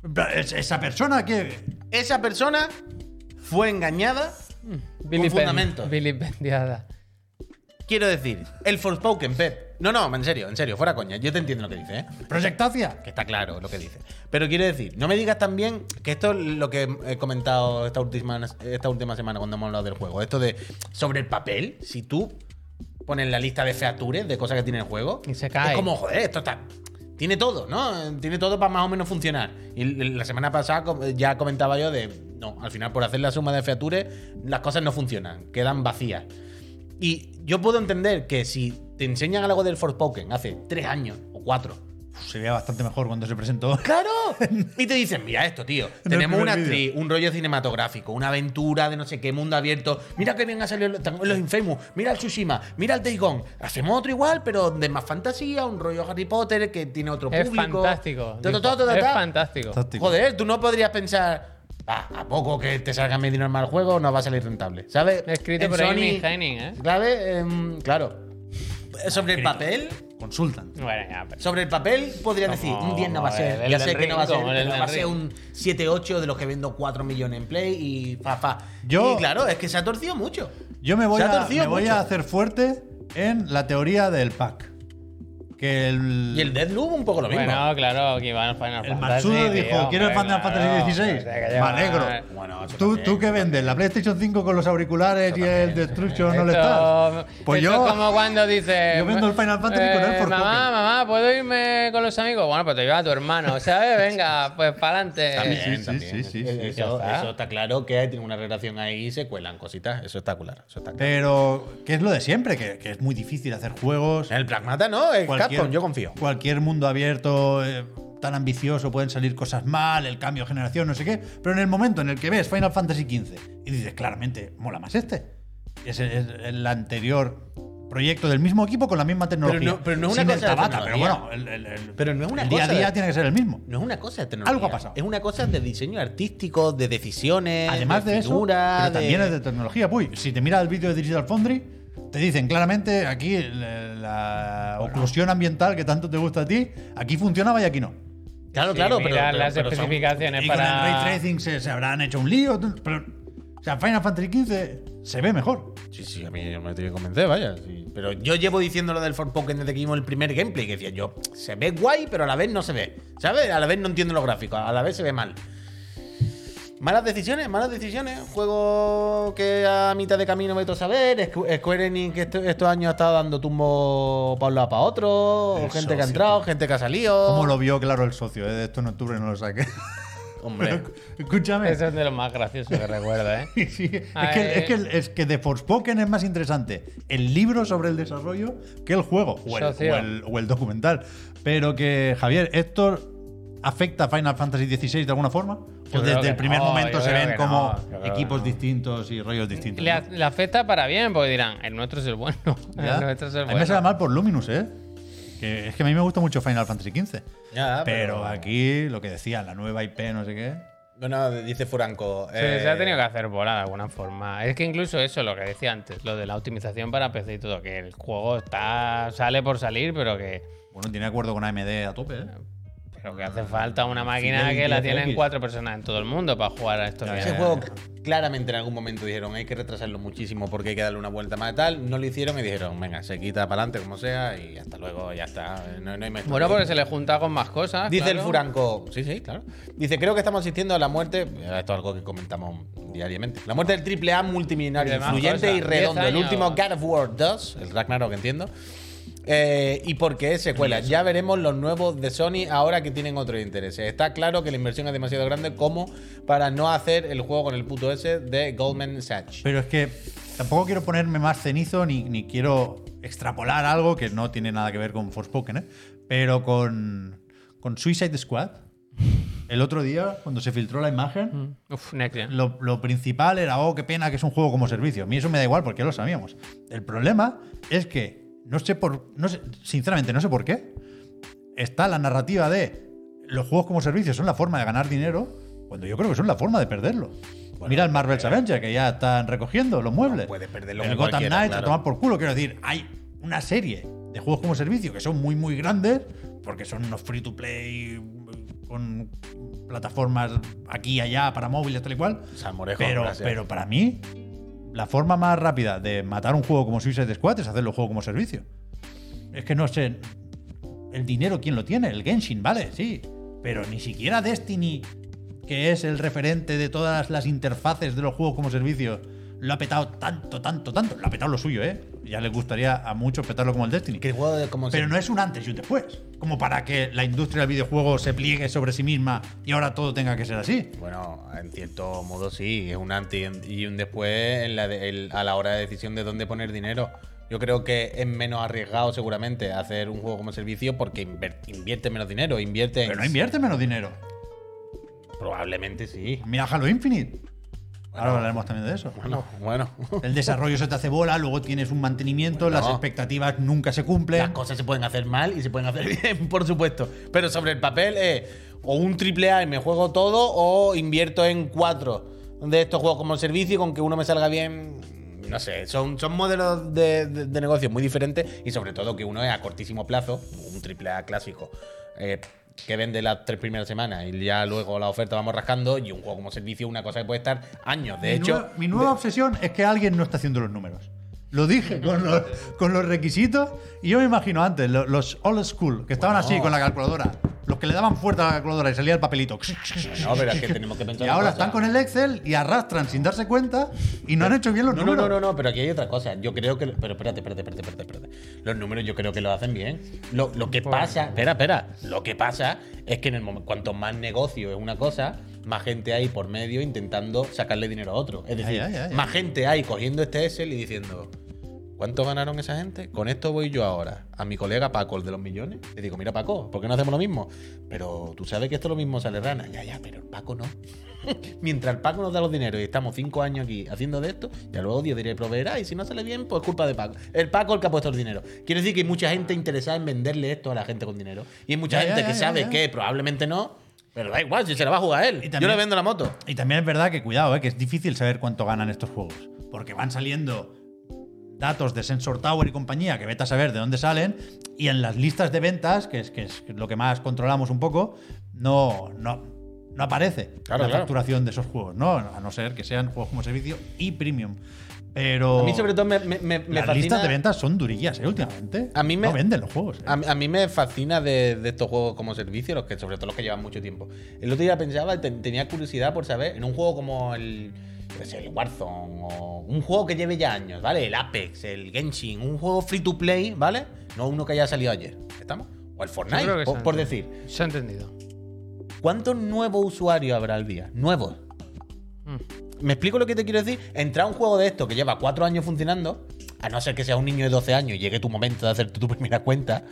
en plan, es- esa persona que.
Esa persona fue engañada.
Vilipen-
fundamento.
Vilipendiada.
Quiero decir, el Forspoken, Pep. No, no, en serio, en serio, fuera coña. Yo te entiendo lo que dice, ¿eh?
Proyectacia.
que está claro lo que dice. Pero quiero decir, no me digas también que esto es lo que he comentado esta última, esta última semana cuando hemos hablado del juego. Esto de sobre el papel, si tú pones la lista de features de cosas que tiene el juego,
Y se cae.
es como, joder, esto está. Tiene todo, ¿no? Tiene todo para más o menos funcionar. Y l- la semana pasada com- ya comentaba yo de, no, al final por hacer la suma de features, las cosas no funcionan, quedan vacías. Y yo puedo entender que si te enseñan algo del Forspoken hace tres años o cuatro,
Uf, se veía bastante mejor cuando se presentó.
¡Claro! Y te dicen, mira esto, tío.
el
Tenemos
primer
una
vídeo.
actriz, un rollo cinematográfico, una aventura de no sé qué, mundo abierto. Mira qué bien ha salido los, tan- los Infamous. Mira el Tsushima. Mira el Days Gone. Hacemos otro igual, pero de más fantasía, un rollo Harry Potter que tiene otro
Es
público.
fantástico.
Ta, ta,
dijo.
ta, ta, ta,
Es
ta.
fantástico.
Fantástico.
Joder, tú no podrías pensar... "Ah, ¿A poco que te salga medio normal el juego no va a salir rentable? ¿Sabes?
Escrito
En
por Amy
Sony,
Henning, ¿eh?
¿Sabes? Em, claro. Sobre el
Escrito.
papel...
Consultan.
Bueno, ya, pero-
Sobre el papel podría decir, un 10 no va a
Como
ser.
el
Ya
Elden
sé que no va a
Ring,
ser,
como el
pero
Elden
va a ser
Ring.
un 7-8 de los que vendo 4 millones en Play y fa, fa.
Yo-
Y claro, es que se ha torcido mucho.
Yo me voy,
Se ha
a,
torcido
me voy
mucho.
a hacer fuerte en la teoría del pack. Que el.
Y el Deathloop un poco lo mismo.
Bueno, claro, que iban a Final
El
Fantasy,
Matsuda
tío,
dijo, quiero el
hombre,
Final
claro,
Fantasy
o sea, que
XVI.
yo-
Me alegro.
Bueno, eso
¿Tú,
también.
tú qué vendes? ¿La PlayStation 5 con los auriculares y el Destruction no le
Esto-
estás? Pues
esto
yo...
es como cuando dices.
yo vendo el Final Fantasy con el Forspoken.
Mamá, mamá, ¿puedo irme con los amigos? Bueno, pues te lleva a tu hermano, ¿sabes? Venga, pues para
También,
adelante.
Sí, sí,
también.
sí, sí, sí,
Eso,
sí. Ya está.
eso está claro que tiene una relación ahí y se cuelan cositas. Eso está claro. Eso está claro.
Pero que es lo de siempre, que, que es muy difícil hacer juegos.
El Pragmata no, el Capcom, yo confío.
Cualquier mundo abierto eh, tan ambicioso pueden salir cosas mal, el cambio de generación, no sé qué. Pero en el momento en el que ves Final Fantasy XV y dices, claramente, mola más este. Es el, es el anterior proyecto del mismo equipo con la misma tecnología.
no- pero no es una
Sin el
cosa de
Tabata, pero
tecnología.
bueno, el, el- el-
Pero no es una
el día a
cosa de-
día tiene que ser el mismo.
No es una cosa de tecnología.
Algo ha pasado.
Es una cosa de diseño artístico, de decisiones,
Además de, eso,
figura,
pero también
de-
es de tecnología. Puy, si te miras el vídeo de Digital Foundry, te dicen claramente aquí la, la oclusión ambiental que tanto te gusta a ti, aquí funcionaba y aquí no.
Claro,
Sí,
claro,
mira
pero, pero-
las
pero son-
especificaciones
Y con el
Eh, para.
ray tracing se, se habrán hecho un lío. Pero, o sea, Final Fantasy XV se ve mejor.
Sí, sí, a mí yo me tiene que convencer, vaya. sí. Pero yo llevo diciendo lo del Pokémon desde que vimos el primer gameplay, que decía yo, se ve guay, pero a la vez no se ve. ¿Sabes? A la vez no entiendo los gráficos, a la vez se ve mal. Malas decisiones, malas decisiones. Juego que a mitad de camino me a saber. Squ- Square Enix que esto- estos años ha estado dando tumbo para un lado para otro.
Eso,
gente que ha
sí,
entrado, gente que ha salido.
Como lo vio claro el socio, eh? de esto en octubre no lo saqué.
Hombre.
Escúchame.
Eso es de lo más gracioso que recuerdo, ¿eh?
Sí, sí. Es,
Ah,
que,
eh.
es, que, es que de Forspoken es más interesante el libro sobre el desarrollo que el juego o el,
Socio.
o el- o el documental. Pero que, Javier, esto afecta a Final Fantasy XVI de alguna forma.
Yo
o
creo
desde
que
el primer
no,
momento
yo
se
creo
ven
que
como
no, yo creo
equipos distintos y rollos distintos.
Le,
¿no?
af- le afecta para bien, porque dirán, el nuestro es el bueno.
¿Ya?
El nuestro es el
a mí me sale
bueno.
mal por Luminous, ¿eh? Que es que a mí me gusta mucho Final Fantasy XV.
Ah,
Ya,
pero aquí, lo que decía, la nueva IP, no sé qué.
No, no, dice Furanco. eh,
Sí, se ha tenido que hacer bola de alguna forma. Es que incluso eso, lo que decía antes, lo de la optimización para PC y todo, que el juego está sale por salir, pero que,
Bueno, tiene acuerdo con AMD a tope,
Ah.
¿eh?
pero que hace falta una máquina
Fidelity
que la
FX.
tienen cuatro personas en todo el mundo para jugar a esto.
Ya,
que-
ya,
Ese juego claramente en algún momento dijeron hay que retrasarlo muchísimo porque hay que darle una vuelta más y tal. No lo hicieron y dijeron, venga, se quita para adelante como sea y hasta luego, ya está. Ah, No, no hay más.
Bueno, porque se le junta con más cosas.
Dice
claro.
el Furanco. Sí, sí, claro. Dice, creo que estamos asistiendo a la muerte. Esto es algo que comentamos diariamente. La muerte del triple A multimillonario,
Y demás
influyente
cosas.
y redondo.
Diez
El
años.
último God of War 2, el Ragnarok, entiendo.
Eh, y por qué secuelas. Ya veremos los nuevos de Sony ahora que tienen otros intereses. Está claro que la inversión es demasiado grande como para no hacer el juego con el puto S de Goldman Sachs.
Pero es que tampoco quiero ponerme más cenizo ni, ni quiero extrapolar algo que no tiene nada que ver con Forspoken, ¿eh? Pero con, con Suicide Squad, el otro día, cuando se filtró la
Mm.
imagen,
Uf, next gen.
lo, lo principal era, oh, qué pena que es un juego como servicio. A mí eso me da igual porque ya lo sabíamos. El problema es que, no sé por, no sé, sinceramente, no sé por qué, está la narrativa de los juegos como servicio son la forma de ganar dinero, cuando yo creo que son la forma de perderlo. Mira el Marvel's Avenger, que ya están recogiendo los muebles.
puedes perderlo
El
con
Gotham
cualquiera,
Knights, a
claro.
tomar por culo. Quiero decir, hay una serie de juegos como servicio que son muy, muy grandes, porque son unos free to play mm, con plataformas aquí y allá para móviles, tal y cual.
Salmorejo,
Pero,
gracias.
pero para mí, la forma más rápida de matar un juego como Suicide Squad es hacerlo juego como servicio. Es que no sé. El dinero, ¿quién lo tiene? El Genshin, vale, sí. Pero ni siquiera Destiny, que es el referente de todas las interfaces de los juegos como servicio, lo ha petado tanto, tanto, tanto. Lo ha petado lo suyo, ¿eh? Ya les gustaría a muchos petarlo como el Destiny.
Que el juego de como
Pero no es un antes y un después. Como para que la industria del videojuego se pliegue sobre sí misma y ahora todo tenga que ser así.
Bueno, en cierto modo sí, es un antes y un después en la de- el- a la hora de decisión de dónde poner dinero. Yo creo que es menos arriesgado seguramente hacer un juego como servicio porque inver- invierte menos dinero, invierte en...
Pero no invierte menos dinero.
Probablemente sí.
Mira Halo Infinite. Ahora hablaremos también de eso.
Bueno, bueno.
El desarrollo se te hace bola, luego tienes un mantenimiento, las expectativas nunca se cumplen.
Las cosas se pueden hacer mal y se pueden hacer bien, por supuesto. Pero sobre el papel es o un triple A y me juego todo o invierto en cuatro de estos juegos como servicio y con que uno me salga bien. No sé, son, son modelos de, de- de negocio muy diferentes y sobre todo que uno es a cortísimo plazo, un triple A clásico, eh, que vende las tres primeras semanas y ya luego la oferta vamos rascando y un juego como servicio una cosa que puede estar años. De
mi
hecho,
nueva, mi nueva obsesión es que alguien no está haciendo los números. Lo dije con los, con los requisitos y yo me imagino antes, lo- los old school, que estaban así con la calculadora, los que le daban fuerte a la calculadora y salía el papelito.
no, pero es que tenemos que pensar
Y
en
ahora
cosas.
están con el Excel y arrastran sin darse cuenta y no han hecho bien los
No, no,
números.
no, no, no, pero aquí hay otra cosa. Yo creo que. Pero espérate, espérate, espérate, espérate. espérate. Los números yo creo que lo hacen bien. Lo, lo que pasa. Espera, espera. Lo que pasa es que en el momen- cuanto más negocio es una cosa, más gente hay por medio intentando sacarle dinero a otro. Es decir,
ya, ya, ya.
más gente hay cogiendo este Excel y diciendo. ¿Cuánto ganaron esa gente? Con esto voy yo ahora a mi colega Paco, el de los millones. Le digo, mira Paco, ¿por qué no hacemos lo mismo? Pero tú sabes que esto es lo mismo sale rana. Ya, ya, pero el Paco no. Mientras el Paco nos da los dineros y estamos cinco años aquí haciendo de esto, ya luego Dios diré, proveerá y si no sale bien, pues culpa de Paco. El Paco el que ha puesto el dinero. Quiero decir que hay mucha gente interesada en venderle esto a la gente con dinero. Y hay mucha
Ya, ya,
gente
ya,
que
ya,
sabe
ya.
que probablemente no, pero da igual, si se la va a jugar él.
Y también-
Yo le vendo la moto.
Y también es verdad que cuidado, eh, que es difícil saber cuánto ganan estos juegos. Porque van saliendo datos de Sensor Tower y compañía, que vete a saber de dónde salen. Y en las listas de ventas, que es, que es lo que más controlamos un poco, no, no, no aparece
Claro,
la
claro.
facturación de esos juegos, ¿no? A no ser que sean juegos como servicio y premium. Pero
A mí sobre todo me, me, me, me
las
fascina-
listas de ventas son durillas, ¿eh? Últimamente.
A mí me-
No venden los juegos. eh.
Pues, A, a mí me fascina de, de estos juegos como servicio, los que, sobre todo los que llevan mucho tiempo. El otro día pensaba, ten- tenía curiosidad por saber, en un juego como el, yo qué sé, el Warzone, o un juego que lleve ya años, ¿vale? El Apex, el Genshin, un juego free to play, ¿vale? No uno que haya salido ayer, ¿estamos? O el Fortnite,
creo que
por,
sí.
por decir.
Se ha entendido.
¿Cuántos nuevos usuarios habrá al día? Nuevos.
Mm.
¿Me explico lo que te quiero decir? Entrar a un juego de esto que lleva cuatro años funcionando, a no ser que seas un niño de 12 años y llegue tu momento de hacerte tu primera cuenta,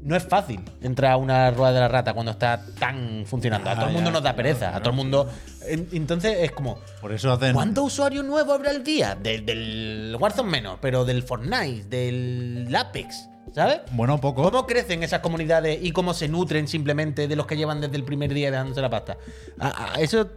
no es fácil entrar a una rueda de la rata cuando está tan funcionando. a todo el mundo
Ah, ya,
nos da pereza, a todo el mundo... En- Entonces es como...
Por eso hacen.
¿Cuántos usuarios nuevos habrá al día? Del, del Warzone menos, pero del Fortnite, del Apex, ¿sabes?
Bueno, poco.
¿Cómo crecen esas comunidades y cómo se nutren simplemente de los que llevan desde el primer día dejándose la pasta? A- a- eso.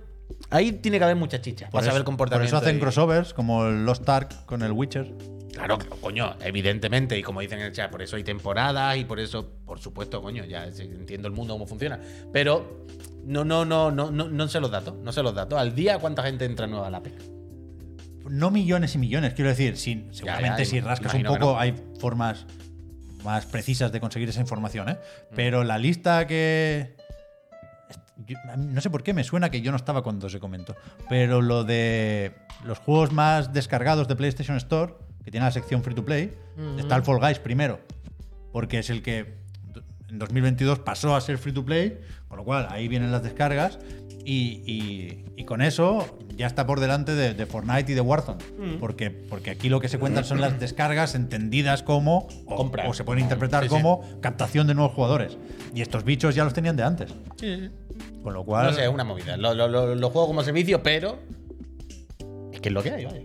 Ahí tiene que haber mucha chicha para
Por
saber
eso-
el comportamiento.
Por eso hacen
y-
crossovers como el Lost Ark con el Witcher.
Claro, coño, evidentemente. Y como dicen en el chat, por eso hay temporadas y por eso, por supuesto, coño, ya sí, entiendo el mundo cómo funciona. Pero no, no, no, no, no, no sé los datos. No sé los datos. Al día, ¿cuánta gente entra nueva a la pesca?
no millones y millones, quiero decir, sin, seguramente
ya,
si rascas un
imagino que
poco
no.
hay formas más precisas de conseguir esa información, ¿eh?
Mm.
Pero la lista que... yo- a mí no sé por qué me suena que yo no estaba cuando se comentó, pero lo de los juegos más descargados de PlayStation Store, que tiene la sección Free to Play, está el Fall Guys primero, porque es el que en 2022 pasó a ser free to play, con lo cual ahí vienen las descargas y, y- y con eso ya está por delante de, de Fortnite y de Warzone, porque, porque aquí lo que se cuentan son las descargas entendidas como, o,
Compra.
o se pueden interpretar
Sí, sí.
como captación de nuevos jugadores. Y estos bichos ya los tenían de antes. Con lo cual...
No sé, es una movida. Lo, lo- lo- lo juego como servicio, pero. Es que es lo que hay, vaya.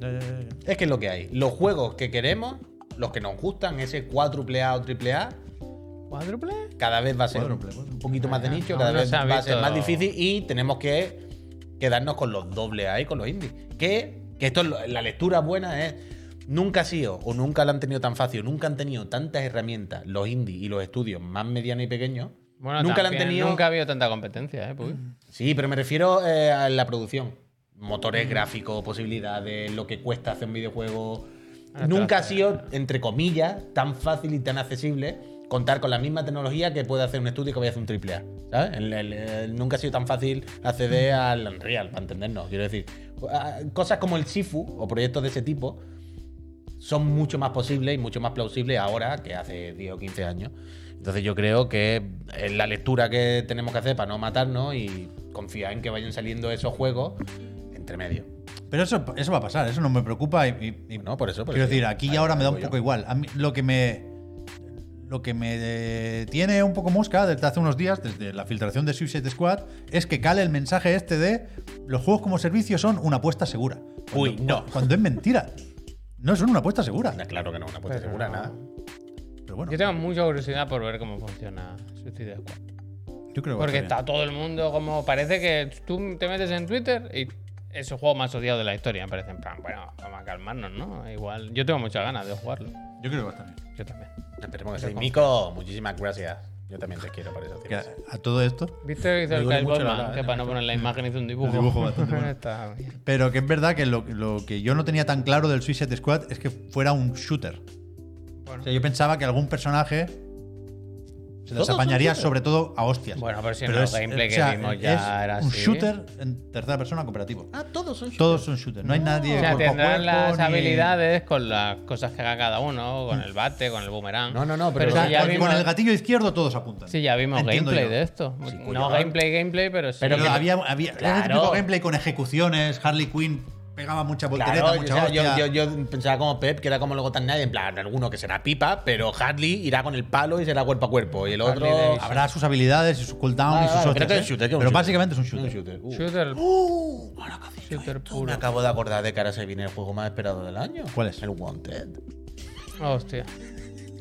Ya, ya, ya, ya.
Es que es lo que hay. Los juegos que queremos, los que nos gustan, ese cuádruple A o triple A,
¿Cuádruple?
cada vez va a ser
Cuádruple, cuádruple.
un poquito más de
Ajá.
nicho,
Aún
cada
Ah, no
vez
se ha
va a ser
visto-
más difícil y tenemos que quedarnos con los doble A y con los indies. Que, que esto es lo- la lectura buena es nunca ha sido o nunca la han tenido tan fácil, o nunca han tenido tantas herramientas los indies y los estudios más medianos y pequeños.
Bueno,
nunca la han
también
tenido.
Nunca ha habido tanta competencia, ¿eh? Puy?
Sí, pero me refiero eh, a la producción. Motores gráficos, posibilidades, lo que cuesta hacer un videojuego.
Ah,
Nunca ha
claro.
sido, entre comillas, tan fácil y tan accesible contar con la misma tecnología que puede hacer un estudio que vaya a hacer un triple A. ¿Sabes? El- el- el- nunca ha sido tan fácil acceder al Unreal, para entendernos. Quiero decir, ah, cosas como el Sifu o proyectos de ese tipo son mucho más posibles y mucho más plausibles ahora que hace 10 o 15 años. Entonces yo creo que es la lectura que tenemos que hacer para no matarnos y confiar en que vayan saliendo esos juegos entre medio.
Pero eso, eso va a pasar, eso no me preocupa y, y- y-
No, por eso. por
Quiero
eso.
decir, aquí y
pues, eh, Ahí
ahora me da un
voy yo.
poco igual. A mí lo que me. Lo que me eh, tiene un poco mosca desde hace unos días, desde la filtración de Suicide Squad, es que cale el mensaje este de los juegos como servicio son una apuesta segura. Cuando-
Uy, no.
Cuando es mentira. No son una apuesta segura.
Nah, Claro que no, una apuesta Pues segura, nada.
Pero bueno,
Yo tengo mucha curiosidad por ver cómo funciona Suicide Squad.
Pues yo creo que va a
Porque
estar
está todo el mundo como. Parece que tú te metes en Twitter y es el juego más odiado de la historia. Me parece en plan, bueno, vamos a calmarnos, ¿no? Igual. Yo tengo muchas ganas de jugarlo.
bien. Yo creo que va a estar bien.
Yo también.
Esperemos que sí. Mico, muchísimas gracias. Yo también te quiero por eso. tío.
Que a- a todo esto.
¿Viste que hizo
Me
el
duele
Kyle
mucho la
Goldman?
verdad,
que
¿eh?
para no poner la imagen hizo un dibujo.
Un dibujo bastante bueno.
Está bien.
Pero que es verdad que lo, lo que yo no tenía tan claro del Suicide Squad es que fuera un shooter.
Bueno.
O sea, yo pensaba que algún personaje se las
Todos son
apañaría
shooters.
sobre todo a hostias.
Bueno, pero si en el gameplay que vimos ya
es
era
un
así.
shooter en tercera persona cooperativo.
Ah, todos son
Todos son shooters, no hay nadie
O sea,
cuerpo a
tendrán
cuerpo,
las
ni-
habilidades con las cosas que haga cada uno, con el bate, con el boomerang.
No, no, no, pero-
O sea,
si ya
con,
vimos,
con el gatillo izquierdo todos apuntan.
sí, ya vimos
Entiendo
gameplay
yo.
de esto.
coño,
no
¿no?
gameplay, gameplay, pero sí.
Pero,
que-
había, había era el
Claro.
típico gameplay con ejecuciones, Harley Quinn pegaba mucha voltereta,
Claro, o
mucha
sea,
hostia.
yo, yo- yo pensaba como Pep, que era como luego tan nadie, en plan, alguno que será pipa, pero Harley irá con el palo y será cuerpo a cuerpo. Y el
Harley
otro.
Davidson.
Habrá sus habilidades y sus cooldowns
Ah,
y sus
vale,
hostias,
pero es
¿eh?
un shooter, que es un
Pero
shooter.
básicamente es un
Un
shooter.
shooter. Uh.
Shooter,
¡Oh!
Uh, ahora que has dicho
shooter
esto, Me
puro.
acabo de acordar de que ahora se viene el juego más esperado del año.
¿Cuál es?
El Wanted.
Hostia.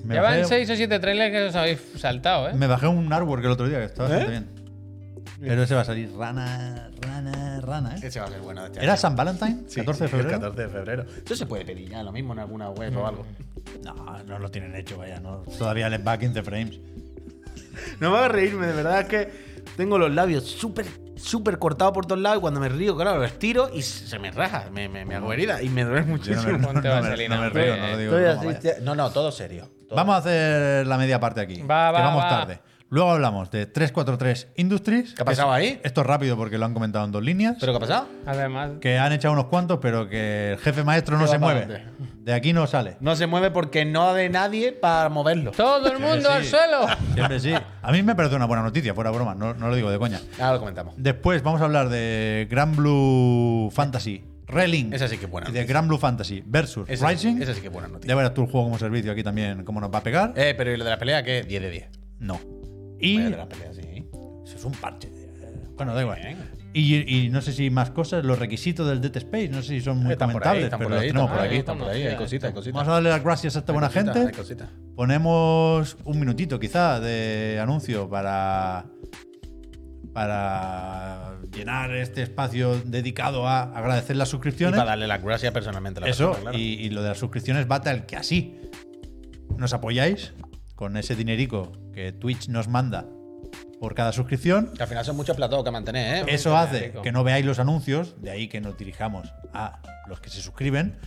Me
ya van
bajé-
6 o 7 trailers que os habéis saltado, ¿eh?
Me bajé un artwork el otro día que
¿Eh?
estaba bastante bien. Pero ese va a salir rana, rana, rana, ¿eh?
Ese va a ser bueno de este
¿Era
año.
San Valentín?
Sí,
¿14 de
sí, el
febrero?
14 de febrero.
Eso se puede pedir ya, lo mismo en alguna web o algo.
No, no lo tienen hecho, vaya. No. Todavía les va 15 frames.
No me hagas reírme, de verdad es que tengo los labios súper, súper cortados por todos lados y cuando me río, claro, los estiro y se me raja, me, me, me hago herida y me duele
Yo no, me-
muchísimo.
no me-
vaselina,
no me río,
¿eh?
no lo digo.
Estoy
broma,
así,
vaya.
tío.
No, no, todo serio. Todo.
Vamos a hacer la media parte aquí.
Va,
que
va,
vamos
va.
tarde. Luego hablamos de 343 Industries.
¿Qué ha pasado ahí?
Esto es rápido porque lo han comentado en dos líneas.
¿Pero qué ha pasado?
Además,
que han echado unos cuantos, pero que el jefe maestro no
va
se
para
mueve. De aquí no sale.
No se mueve porque no de nadie para moverlo.
todo el mundo al
sí.
suelo.
Siempre sí. A mí me parece una buena noticia, fuera broma, no, no lo digo de coña.
Ahora Ah, lo comentamos.
Después vamos a hablar de Grand Blue Fantasy, Relink.
Esa sí que es buena
Y de
noticia.
Grand Blue Fantasy versus
Esa,
Rising.
esa sí que es buena noticia.
Ya verás tú el juego como servicio aquí también, cómo nos va a pegar.
Eh, pero ¿y lo de la pelea qué? 10 de 10.
No. Y.
Vaya de la pelea, sí.
Eso es un parche. Bueno, da igual.
Bien.
Y, y no sé si más cosas, los requisitos del Dead Space, no sé si son muy
Están por ahí,
comentables,
están
pero
por
los
ahí,
tenemos por
están por ahí,
aquí.
están por ahí. Hay cositas, hay
Vamos
cositas.
a darle las gracias a esta buena
Hay cositas,
gente.
hay cositas.
Ponemos un minutito quizá de anuncio para para llenar este espacio dedicado a agradecer las
Y
suscripciones.
para darle las gracias personalmente a la
Eso,
persona, claro.
y, y lo de las suscripciones va tal que así nos apoyáis con ese dinerico que Twitch nos manda por cada suscripción.
Que al final son muchos platos que mantener, ¿eh?
Eso hace
rico.
que no veáis los anuncios, de ahí que nos dirijamos a los que se suscriben.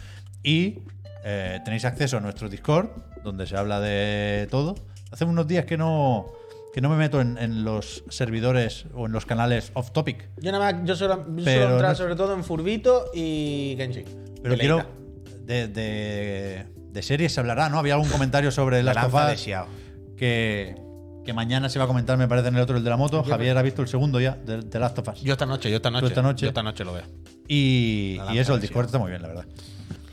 Y eh, tenéis acceso a nuestro Discord, donde se habla de todo. Hace unos días que no, que no me meto en, en los servidores o en los canales off topic.
Yo nada más, yo solo, yo
Pero
solo entraba
no-
sobre todo en Furbito y Genshin.
Pero
Peleita.
quiero. De, de- De series se hablará, ¿no? Había algún comentario sobre las
Lanza de
tofadas
Xiao.
que, que mañana se va a comentar, me parece, en el otro, el de la moto. Javier ha visto el segundo ya, de, de Last of Us.
Yo esta noche, yo esta noche.
esta noche?
Yo esta noche lo veo.
Y,
La
y eso, el
Lanza de
Discord está muy bien, la verdad.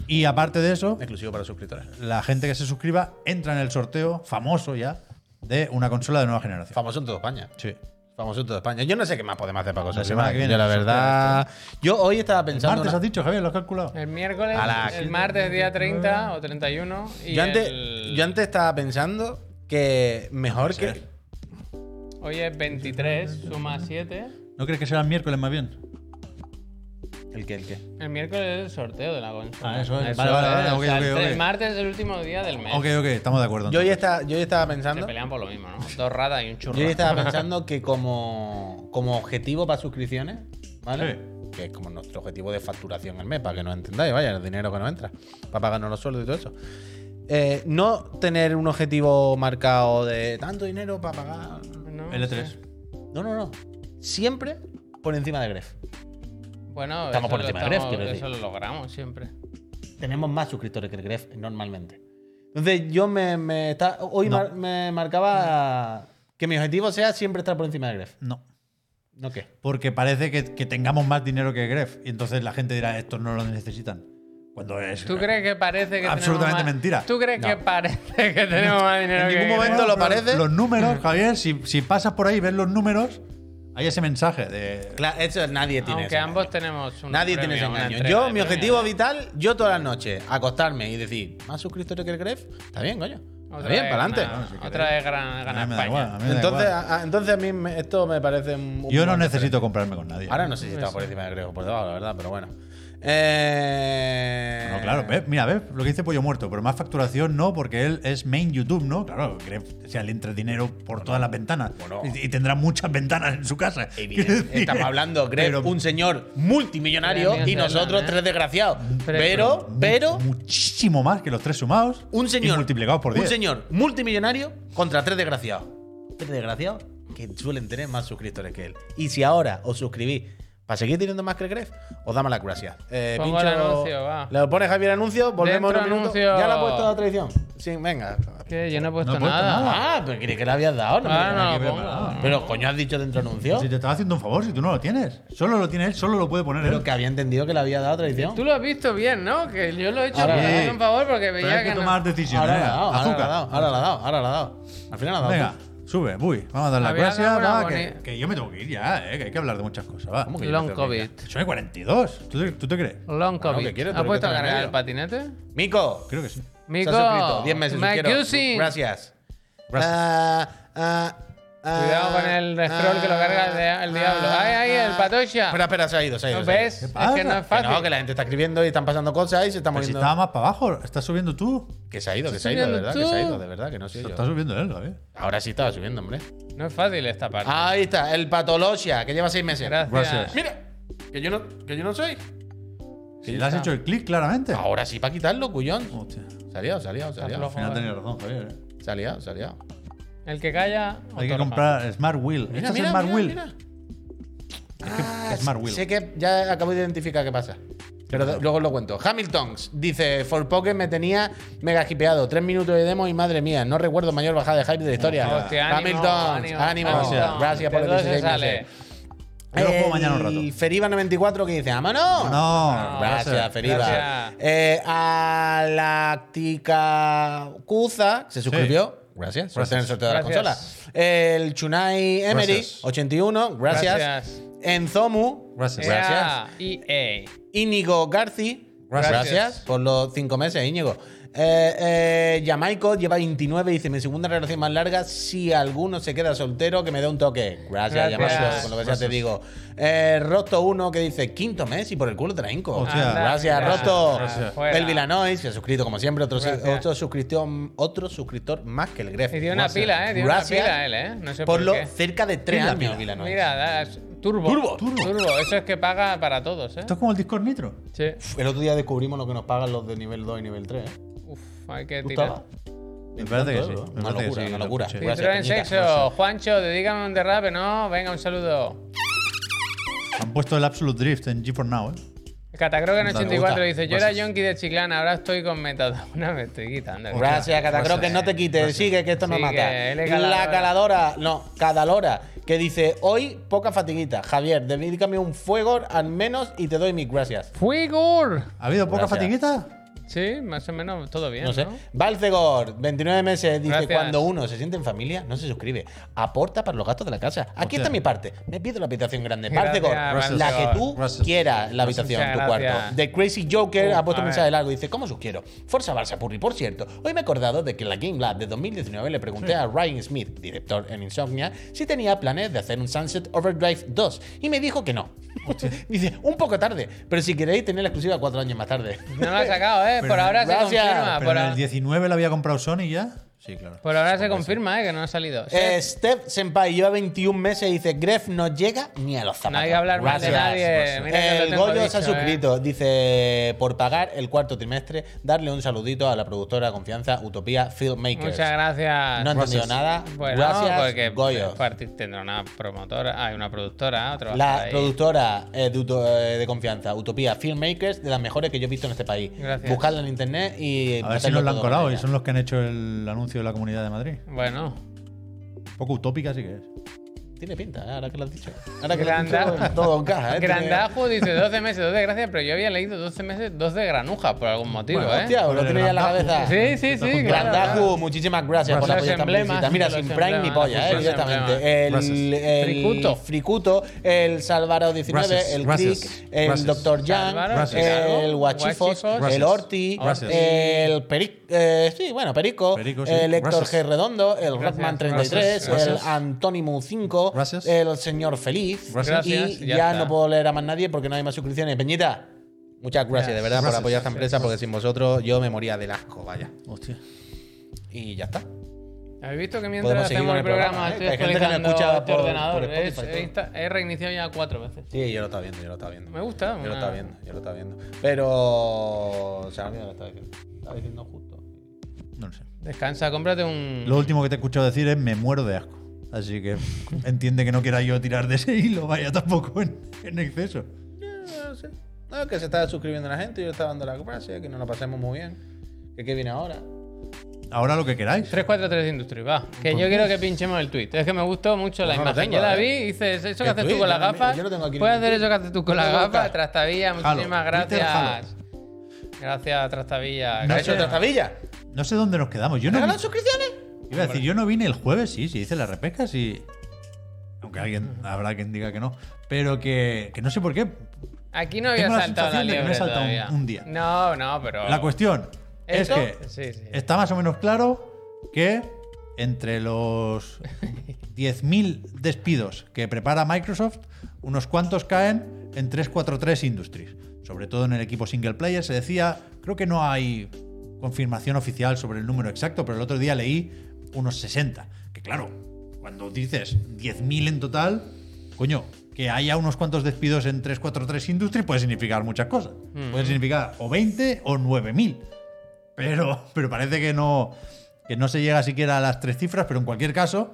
Y aparte de eso,
Exclusivo para suscriptores.
la gente que se suscriba entra en el sorteo famoso ya de una consola de nueva generación.
Famoso en toda España.
Sí.
Famoso en toda España. Yo no sé qué más podemos hacer para cosas.
La semana que viene
Yo, la
sorteo
verdad. Yo hoy estaba pensando.
Martes
una-
has dicho, Javier, lo has calculado.
El miércoles,
A las
el martes día 30 o 31. Y
yo, antes,
el-
yo antes estaba pensando que mejor que.
Hoy es 23, suma 7.
¿No crees que será el miércoles más bien?
¿El qué? ¿El qué?
El miércoles es el sorteo de la consola.
Ah, eso es. Vale, vale, vale,
es.
ok,
O sea,
ok,
el
ok.
tre- martes es el último día del mes.
Ok, ok, estamos de acuerdo.
Yo hoy,
entonces.
estaba, yo hoy estaba
Se
pensando.
pelean por lo mismo, ¿no? Dos ratas y un churro.
Yo hoy estaba pensando que como, como objetivo para suscripciones, ¿vale? Que es como nuestro objetivo de facturación al mes, para que nos entendáis, vaya, el dinero que nos entra, para pagarnos los sueldos y todo eso. Eh, no tener un objetivo marcado de tanto dinero para pagar.
No,
L3.
sí.
No, no, no. Siempre por encima de Gref.
Bueno, eso
Estamos por
lo
encima de Gref,
estamos-
quiero decir.
Eso lo logramos siempre.
Tenemos más suscriptores que el Gref normalmente. Entonces yo me, me está- hoy mar- me marcaba que mi objetivo sea siempre estar por encima de Gref.
No.
¿No qué?
Porque parece que, que tengamos más dinero que Gref. Y entonces la gente dirá, estos no lo necesitan. Cuando es.
¿Tú crees que parece que
Absolutamente
tenemos más...
mentira.
¿Tú crees
No.
que parece que tenemos más dinero
En
que
ningún momento
Bueno,
lo
pero
parece?
Los números, Javier, si, si pasas por ahí y ves los números, hay ese mensaje de.
Claro, eso nadie tiene
Aunque
eso.
ambos tenemos un
Nadie
premio,
tiene ese
una
engaño.
entrega
Yo,
de
mi
premio.
objetivo vital, yo todas las noches, acostarme y decir, más suscriptores que el Gref, está bien, coño. Está
Otra
bien,
vez
para adelante.
gana- Otra vez gran-
A
gana
mí me da
España.
igual, a mí me da
Entonces,
igual.
a, a- entonces a mí me- esto me parece un. un
Yo no
buen
necesito comprarme con nadie.
referente. Ahora no sé si está por encima del Gref o por debajo, la verdad, pero bueno. Eh...
No, claro, ¿ves? mira, ves lo que dice Pollo Muerto, pero más facturación no, porque él es main YouTube, ¿no? Claro, Gref, o sea, le entra dinero por todas las ventanas
bueno.
y, y tendrá muchas ventanas en su casa.
Evidente-
Quiero decir,
estamos hablando, Gref,
pero
un señor multimillonario
Pero
y nosotros
¿eh?
tres desgraciados.
Pero-
Pero, pero,
muchísimo más que los tres sumados
un señor.
y multiplicados por 10.
Un señor multimillonario contra tres desgraciados. Tres desgraciados que suelen tener más suscriptores que él. Y si ahora os suscribís para seguir teniendo más que el Gref, os da mala curiosidad. Eh,
Pongo el anuncio, va.
Le pone Javier anuncio, volvemos en
Dentro
un minuto.
anuncio.
Ya la ha puesto la tradición. Sí, venga.
¿Qué? Yo no he puesto,
puesto
nada.
nada.
Ah, pero creí que la habías dado. No me
Ahora
digas.
Ah, no
que
lo
ver,
pongo.
nada.
Pero coño, has dicho dentro anuncio.
Si te estaba haciendo un favor, si tú no lo tienes. Solo lo tiene él, solo lo puede poner
Pero
él.
que había entendido que la había dado tradición.
Tú lo has visto bien, ¿no? Que yo lo he hecho
Ahora
por
sí.
hacer un favor porque
Pero
veía
hay que
que, no.
tomar decisiones.
Ahora la ha dado, ahora la ha
Azúcar.
dado, ahora la ha dado, ahora la ha dado. Al final la ha dado.
Venga, sube, uy. Vamos a dar las
Había
gracias.
dado una
va, que,
boni-
que yo me tengo que ir ya, eh, que hay que hablar de muchas cosas. Va.
¿Cómo que yo
Long
me tengo que ir?
COVID.
Soy 42. ¿Tú, te- tú te crees?
Long
Bueno,
COVID.
¿qué quieres? Tú
¿Has
eres
puesto a
que estás en
cargar el
medio.
patinete?
Mico.
Creo que sí.
Mico.
Se ha suscrito. 10 meses. os
Mike
quiero.
Yusin.
Gracias. Ah, Gracias.
Cuidado con el scroll que lo carga el dia- el diablo. Ay, ay, el patocha.
ah, Espera, espera, se ha ido, se ha ido.
¿No
se ha ido.
ves?
¿Qué
Es
pasa?
que no es
Ah. Que
fácil.
no, que la gente está escribiendo y están pasando cosas y se está
Pero si
moviendo.
estaba más para abajo, estás subiendo tú.
Que se ha ido, que se ha
Estoy
ido, de
viendo
verdad, que se ha
tú.
ido, de verdad, que no sé
Lo
yo.
está subiendo él, Javier.
Ahora sí estaba subiendo, hombre.
No es fácil esta parte.
Ahí está, el patologia, que lleva seis meses.
Gracias.
Gracias.
Mira, que yo no, que yo no soy.
Si le has hecho el clic, claramente.
Ahora sí, para quitarlo, cuyón.
Hostia,
Se ha liado, se ha liado, se ha
Está
liado.
al final tenía razón, Javier. eh.
Se ha liado, se ha liado.
El que calla.
Hay que
otorga.
comprar Smart Wheel.
Mira,
este
mira,
es Smart
mira,
Wheel.
mira. Ah,
Es que Smart Wheel.
Sé que ya acabo de identificar qué pasa. Pero de- luego os lo cuento. Hamilton dice: For Pocket me tenía mega hipeado. Tres minutos de demo y madre mía, no recuerdo mayor bajada de hype de la historia.
Hostia, ánimo,
Hamilton,
ánimo,
ánimo.
ánimo.
Gracias, por
De
los
todo se
16
sale.
meses.
Yo lo juego mañana un rato.
Y Feriba94 que dice: ¡Vámonos!
No,
Ah, Gracias, Feriba.
Gracias.
Eh, a la Tica Cuza, que se suscribió. Gracias. Por hacer el sorteo de las
Gracias.
consolas. El Chunai Emery,
Gracias.
81. Gracias.
Gracias.
Enzomu.
Gracias.
Gracias.
EA. E
Íñigo Garci.
Gracias.
Gracias. por los cinco meses, Íñigo. Eh, eh, Jamaico lleva 29 y dice: Mi segunda relación más larga. Si alguno se queda soltero, que me dé un toque. Gracias,
Gracias.
Jamaico, con lo que ya te digo. Eh, Rosto 1 que dice: Quinto mes y por el culo te la hinco.
Hostia.
Anda,
Gracias,
fuera,
Rosto.
fuera, fuera.
El Vilanois, que ha suscrito como siempre. Otro,
Gracias.
otro, suscriptor, otro suscriptor más que el Gref.
Y tiene una
Gracias.
pila, ¿eh? Tiene una
Gracias
pila él, ¿eh? No sé
por
por
lo
qué.
cerca de tres
Pila,
años,
pila.
Vilanois.
Mira, das- turbo.
Turbo.
Turbo.
Turbo. Eso es que paga para todos, ¿eh?
Esto es como el Discord Nitro.
Sí.
El otro día descubrimos lo que nos pagan los de nivel 2 y nivel 3. ¿eh?
Uf, hay que
¿Tú
tirar.
estabas?
Me parece que sí.
Una
me parece que
locura,
sí,
una
lo
locura.
escuché.
Gracias,
Pintura en
Peñita.
sexo. Juancho, dedícame un derrape, ¿no? Venga, un saludo.
Han puesto el Absolute Drift en G4 Now, ¿eh?
Catacroc en
Puta,
84
puta.
dice, yo era
Gracias.
yonki de Chiclana, ahora estoy con metadona, me estoy quitando.
Otra.
Gracias, Catacroc, que no te quites, sigue, que esto no
Sigue,
mata.
L Caladora.
La caladora, no, Cadalora, que dice, hoy poca fatiguita. Javier, dedícame un fuego al menos y te doy mis gracias.
¡Fuigor!
¿Ha habido poca
Gracias.
fatiguita?
Sí, más o menos todo bien,
No sé.
¿no?
Valcegor, 29 meses, dice,
Gracias.
cuando uno se siente en familia, no se suscribe. Aporta para los gastos de la casa. Aquí
Hostia.
está mi parte. Me pido la habitación grande.
Gracias,
Valcegor,
Russell.
la que tú
Russell.
quieras, la habitación,
Muchas
tu
gracias.
cuarto. The Crazy Joker
Uh,
ha puesto
a
un
ver.
mensaje largo. Dice, ¿cómo sugiero? Forza Barça Purri, por cierto. Hoy me he acordado de que en la Game Lab de 2019 le pregunté a Ryan Smith, director en Insomnia, si tenía planes de hacer un Sunset Overdrive 2. Y me dijo que no. dice, un poco tarde, pero si queréis tener la exclusiva cuatro años más tarde.
No lo ha sacado, ¿eh? Por ahora se
Gracias.
Pero
confirma. Ah, Por,
en
a-
el 19 la había comprado Sony ya. Sí, claro.
por ahora se confirma, ¿eh? Que no ha salido.
Eh, Steph Senpai lleva 21 meses y dice: Gref no llega ni a los zapatos.
No hay que hablar más de
Gracias.
nadie. Mira que
el
lo tengo
Goyo se ha
dicho, ¿eh?
suscrito, dice, por pagar el cuarto trimestre, darle un saludito a la productora Confianza Utopía Filmmakers.
Muchas gracias.
No he entendido nada.
Bueno, pues,
gracias,
porque
Goyo.
Partic tendrá una promotora, hay una productora, otro.
La
ahí.
productora eh, de, Uto- eh, de Confianza Utopía Filmmakers, de las mejores que yo he visto en este país.
Gracias.
Buscadla en internet y.
A ver si
matadlo
nos la han
todo
colado
con
y
ella.
son los que han hecho el anuncio de la Comunidad de Madrid.
Bueno,
Un poco utópica sí que es.
Tiene pinta, ¿eh? ahora que lo has dicho. Ahora que lo has
Granda-
dicho, todo encaja. ¿eh? Tiene-
Grandajo dice 12 meses, 12 gracias, pero yo había leído 12 meses, 12 granujas por algún motivo,
Bueno,
¿eh?
Hostia, lo tiene ya en la
Grandajo.
cabeza.
Sí, sí, sí. claro,
Grandajo,
claro.
muchísimas gracias por la
Los
polla tan
emblemas,
bendita. Mira,
los
sin Prime ni
emblemas,
polla, eh,
los
directamente.
emblemas.
El, el
Fricuto.
Fricuto, el Sálvaro 19,
Gracias,
el
gracias,
Crick, el
gracias.
Doctor Young,
Sálvaro,
Gracias.
el Guachifos,
Guachifos,
el Orti,
gracias.
el Perico, sí, bueno, Perico,
Perico, sí.
el Héctor
Gracias.
G. Redondo, el
Gracias,
Rockman 33,
gracias,
el
gracias.
Antonimu 5,
Gracias.
el Señor Feliz.
Gracias.
Y
Gracias, ya
ya,
está.
no puedo leer a más nadie porque no hay más suscripciones. Peñita. Muchas gracias, de verdad, por
Gracias.
apoyar esta empresa, porque sin vosotros yo me moría del asco, vaya.
Hostia.
Y ya está.
¿Habéis visto que
Podemos
mientras
seguir
hacemos
con
el
el
programa,
programa, ¿eh?
estoy
Que hay gente que no
actualizando
escucha
este
por-
ordenador?
por
Es-
Spotify,
he insta- he reiniciado ya cuatro veces.
Sí, yo lo estaba viendo, yo lo estaba viendo.
Me gusta,
Yo
una-
lo estaba viendo, yo lo estaba viendo. Pero. Se me ha olvidado lo que estaba diciendo. Estaba diciendo justo.
No lo sé.
Mm. Descansa, cómprate un.
Lo último que te he escuchado decir es me muero de asco. Así que entiende que no quiera yo tirar de ese hilo, vaya, tampoco en, en exceso.
No, sé. No, que se estaba suscribiendo la gente, yo estaba dando la gracia, que nos la pasemos muy bien. Que qué viene ahora.
Ahora lo que queráis.
343 Industries, va. Que yo quiero que pinchemos el tweet. Es que me gustó mucho la
Pues no lo
imagen.
tengo,
yo la
eh.
vi, hice eso que
El
haces
tuit,
tú con las
yo lo-
gafas.
yo lo tengo aquí en
Puedes
el
hacer
tuit.
eso que haces tú con
Lo
las
voy a buscar.
gafas. Trastavilla, muchísimas
Jalo, Twitter,
gracias. Gracias, Trastavilla.
No
Gracias.
sé.
¿Otra Villa?
No sé dónde nos quedamos. Yo no
¿Regalan
vi-
suscripciones?
iba a decir, yo no vine el jueves, sí, si dice la repesca, sí. Aunque alguien, habrá quien diga que no. Pero que, que no sé por qué.
Aquí no había
Tengo la
saltado la
sensación de que
liebre
me he saltado un-
todavía.
un día.
No, no, pero.
La cuestión es
¿Eso?
que
Sí, sí.
Pues está más o menos claro que entre los 10.000 despidos que prepara Microsoft, unos cuantos caen en 343 Industries. Sobre todo en el equipo single player se decía, creo que no hay confirmación oficial sobre el número exacto, pero el otro día leí unos 60. Que claro, cuando dices 10.000 en total, coño, que haya unos cuantos despidos en 343 Industries puede significar muchas cosas. Puede significar o 20 o 9.000. Pero, pero parece que no, que no se llega siquiera a las tres cifras, pero en cualquier caso,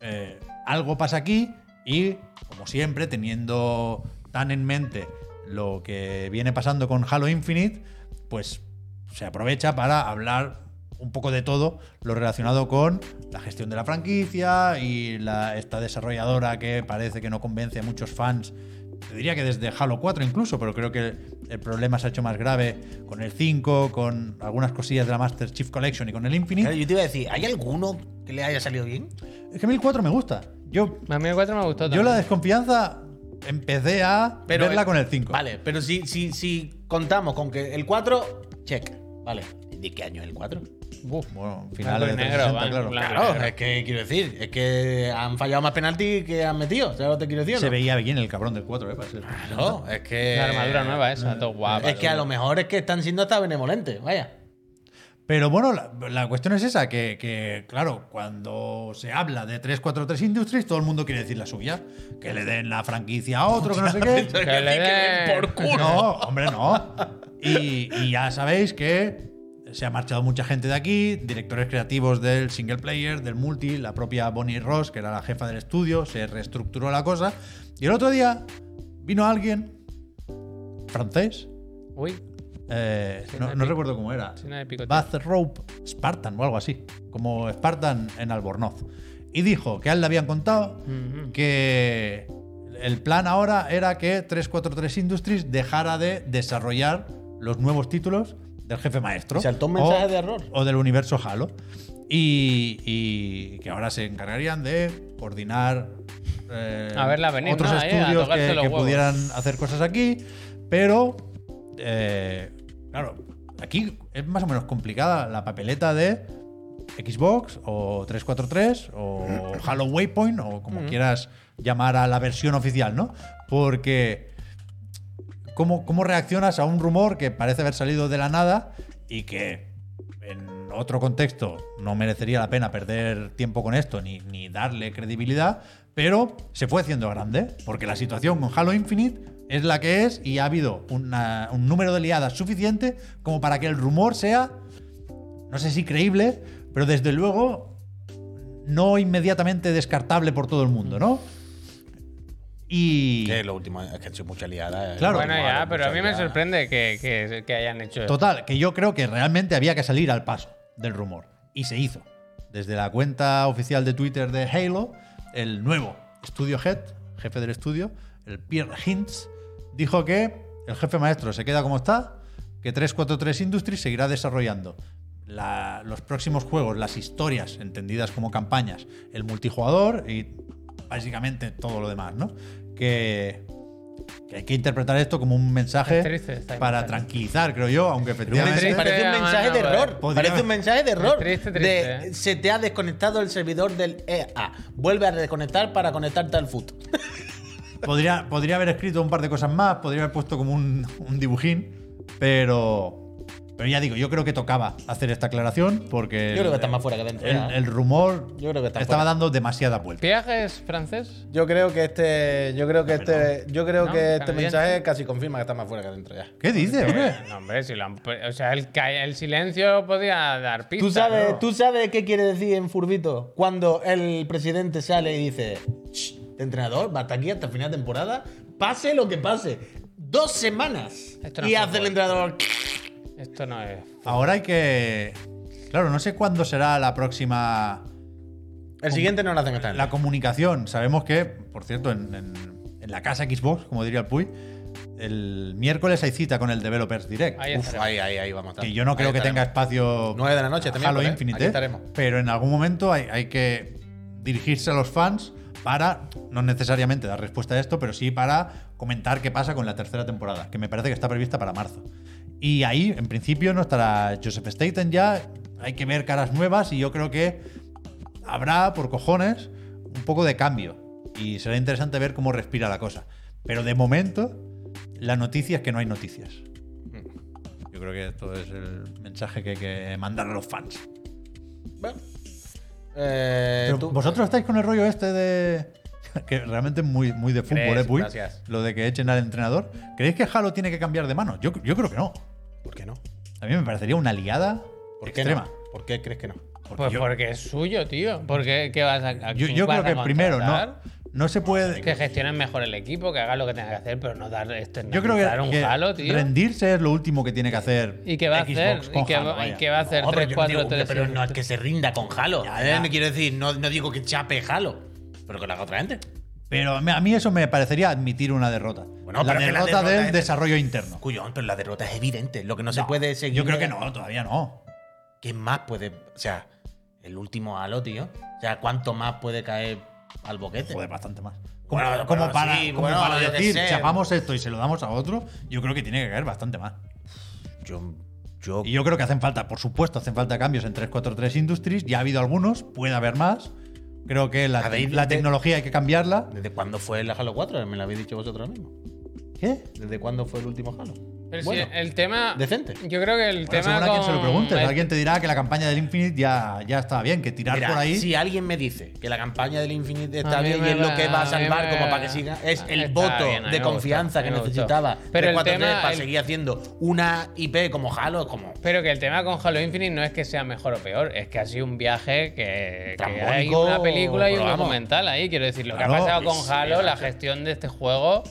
eh, algo pasa aquí y, como siempre, teniendo tan en mente lo que viene pasando con Halo Infinite, pues se aprovecha para hablar un poco de todo lo relacionado con la gestión de la franquicia y la, esta desarrolladora que parece que no convence a muchos fans. Te diría que desde Halo 4 incluso, pero creo que el problema se ha hecho más grave con el 5, con algunas cosillas de la Master Chief Collection y con el
Claro,
Infinite.
yo te iba a decir, ¿hay alguno que le haya salido bien?
Es que 1004 me gusta. Yo,
A mí el 4 me gustó.
yo
también.
la desconfianza empecé a verla con el 5.
Vale, pero si, si, si contamos con que el 4, check. Vale. ¿De qué año es el 4?
Buf.
Bueno,
Blanco
finales
y
de
negro,
360,
van,
claro.
blanco.
Claro, es que quiero decir, es que han fallado más penaltis que han metido. ¿Sabes lo que te quiero decir? o
Se
no?
veía bien el cabrón del 4, ¿eh? Para ser-
No, es que.
Eh, La armadura nueva
eh,
esa, todo guapa.
Es que a lo mejor es que están siendo hasta benevolentes, vaya.
Pero bueno, la, la cuestión es esa, que, que, claro, cuando se habla de 343 Industries, todo el mundo quiere decir la suya. Que le den la franquicia a otro, que no sé qué.
Que le den.
No, hombre, no. Y, y ya sabéis que se ha marchado mucha gente de aquí, directores creativos del single player, del multi, la propia Bonnie Ross, que era la jefa del estudio, se reestructuró la cosa. Y el otro día vino alguien francés
Uy,
Eh, no, no recuerdo cómo era.
si nadie picoteo.
Bathrobe Spartan o algo así. Como Spartan en Albornoz. Y dijo que a él le habían contado
Ujú.
que el plan ahora era que 343 Industries dejara de desarrollar los nuevos títulos del jefe maestro.
Y saltó un
O-
mensaje de error.
O del universo Halo. Y, y que ahora se encargarían de coordinar eh,
A verla venir,
otros
¿no? Ahí, a
estudios
tocarse
que,
los
que
huevos.
pudieran hacer cosas aquí, pero eh, claro, aquí es más o menos complicada la papeleta de Xbox o 343 o Halo Waypoint o como
Mm.
quieras llamar a la versión oficial, ¿no? Porque ¿cómo, cómo reaccionas a un rumor que parece haber salido de la nada y que en otro contexto no merecería la pena perder tiempo con esto ni, ni darle credibilidad, pero se fue haciendo grande, porque la situación con Halo Infinite es la que es y ha habido una- un número de liadas suficiente como para que el rumor sea, no sé si creíble, pero desde luego no inmediatamente descartable por todo el mundo, ¿no? Y...
Que lo último es que ha hecho mucha liada. eh.
Claro.
Bueno,
Mucha
ya, pero a mí me
liada.
sorprende que, que- que hayan hecho eso.
Total, que yo creo que realmente había que salir al paso del rumor. Y se hizo. Desde la cuenta oficial de Twitter de Halo, el nuevo Studio Head, jefe del estudio, el Pierre Hintz, dijo que el jefe maestro se queda como está, que 343 Industries seguirá desarrollando la- los próximos juegos, las historias entendidas como campañas, el multijugador y básicamente todo lo demás, ¿no? Que, que hay que interpretar esto como un mensaje
Es triste, está
para
impactante.
tranquilizar, creo yo, aunque efectivamente.
Triste,
parece un
mano,
mensaje de
pero-
error.
Podría-
Parece un mensaje de error.
Triste, triste,
de,
eh.
se te ha desconectado el servidor del EA. Vuelve a desconectar para conectarte al foot.
Podría, podría haber escrito un par de cosas más, podría haber puesto como un, un dibujín, pero. Pero ya digo, yo creo que tocaba hacer esta aclaración porque.
Yo creo
el-
que está más fuera que dentro.
El, el rumor
Yo creo que está
estaba
fuera.
dando demasiada vuelta.
¿Viajes francés?
Yo creo que este. Yo creo que
Ah,
este. Yo creo
No,
que este
canadiense.
mensaje casi confirma que está más fuera que dentro ya.
¿Qué dices? hombre?
Eh, No, hombre, si lo han pu- O sea, el, ca- el silencio podía dar pistas.
¿Tú sabes,
¿no?
¿Tú sabes qué quiere decir en Furbito? Cuando el presidente sale y dice: "Shh, entrenador, va hasta aquí, hasta final de temporada, pase lo que pase. Dos semanas.
Esto no
y
es
hace
fútbol.
el entrenador.
Esto no es.
Ahora hay que. Claro, no sé cuándo será la próxima.
El siguiente no lo hacen estar.
La comunicación. Sabemos que, por cierto, en, en- en la casa Xbox, como diría el Puy, el miércoles hay cita con el Developers Direct.
Ahí
Uf,
estaremos.
ahí, ahí, ahí vamos. a estar.
Que yo no
Ahí
creo que tenga
estaremos.
espacio.
9 de la noche, este
Halo
miércoles,
Infinite.
aquí
¿eh?
estaremos.
Pero en algún momento hay, hay que dirigirse a los fans para, no necesariamente dar respuesta a esto, pero sí para comentar qué pasa con la tercera temporada, que me parece que está prevista para marzo. Y ahí, en principio, no estará Joseph Staten ya. Hay que ver caras nuevas y yo creo que habrá, por cojones, un poco de cambio. Y será interesante ver cómo respira la cosa. Pero de momento, la noticia es que no hay noticias. Yo creo que esto es el mensaje que hay que mandar a los fans.
Eh,
Bueno. Eh,
Pero
tú-
vosotros estáis con el rollo este de. que realmente es muy, muy de fútbol, ¿eh,
Crees,
Puy?
gracias.
Lo de que echen al entrenador. ¿Creéis que Halo tiene que cambiar de mano? Yo, yo creo que no.
¿Por qué no?
A mí me parecería una aliada
¿Por qué
extrema.
no? ¿Por qué crees que no?
Porque
Pues
yo,
porque es suyo, tío. Porque ¿qué vas a, a
yo-
quién
yo
vas
creo
a
que primero no,
contratar?
no se puede.
Que gestionen mejor el equipo, que hagan lo que tengan que hacer, pero no dar este
yo creo
dar
que,
un
que
Halo, tío.
rendirse es lo último que tiene que hacer.
¿Y qué va a hacer?
Xbox
¿Y
con
qué
Halo,
va, y
vaya.
qué va a hacer?
No, pero
3,
yo no digo
4, 3,
que- pero no es que se rinda con Halo.
Ya, ya.
Me quiero decir, no, no digo que chape Halo, pero que lo haga otra gente.
Pero a mí- a mí eso me parecería admitir una derrota.
Bueno,
la,
pero que
derrota
la
del
derrota es-
desarrollo interno.
Cuyón, pero la derrota es evidente. Lo que no, se
No,
puede seguir.
Yo creo que no, todavía no.
¿Qué más puede.? O sea, el último halo, tío. O sea, ¿cuánto más puede caer al boquete?
Joder, bastante más. Como,
Bueno,
como
pero
para,
sí,
como
bueno,
para
yo qué
decir,
sé.
chapamos esto y se lo damos a otro, yo creo que tiene que caer bastante más.
Yo. yo
Y yo creo que hacen falta, por supuesto, hacen falta cambios en 343 Industries. Ya ha habido algunos, puede haber más. Creo que la,
Habéis-
la tecnología hay que cambiarla.
¿Desde cuándo fue el Halo 4? Me lo habéis dicho vosotros mismos.
¿Qué?
¿Desde cuándo fue el último Halo?
Pero si
bueno,
el tema.
decente.
Yo creo que el
Bueno,
tema.
según a quien se lo
con-
preguntes.
el-
Alguien te dirá que la campaña del Infinite ya, ya está bien, que tirar
Mira,
por ahí.
si alguien me dice que la campaña del Infinite
A
está
mí
bien y
me
es lo
va-
que va a
a mí
salvar
me-
como para que siga, es el
Está
voto
bien, a mí me
de
gustó,
confianza
a mí
que
me gustó.
necesitaba
Pero el
343
tema-
para
el-
seguir haciendo una IP como Halo, es como
Pero que el tema con Halo Infinite no es que sea mejor o peor, es que ha sido un viaje que, que hay
Trambólico,
una película y un
pero vamos.
documental ahí. Quiero decir, lo
Claro,
que ha pasado
sí,
con Halo, la gestión de este juego,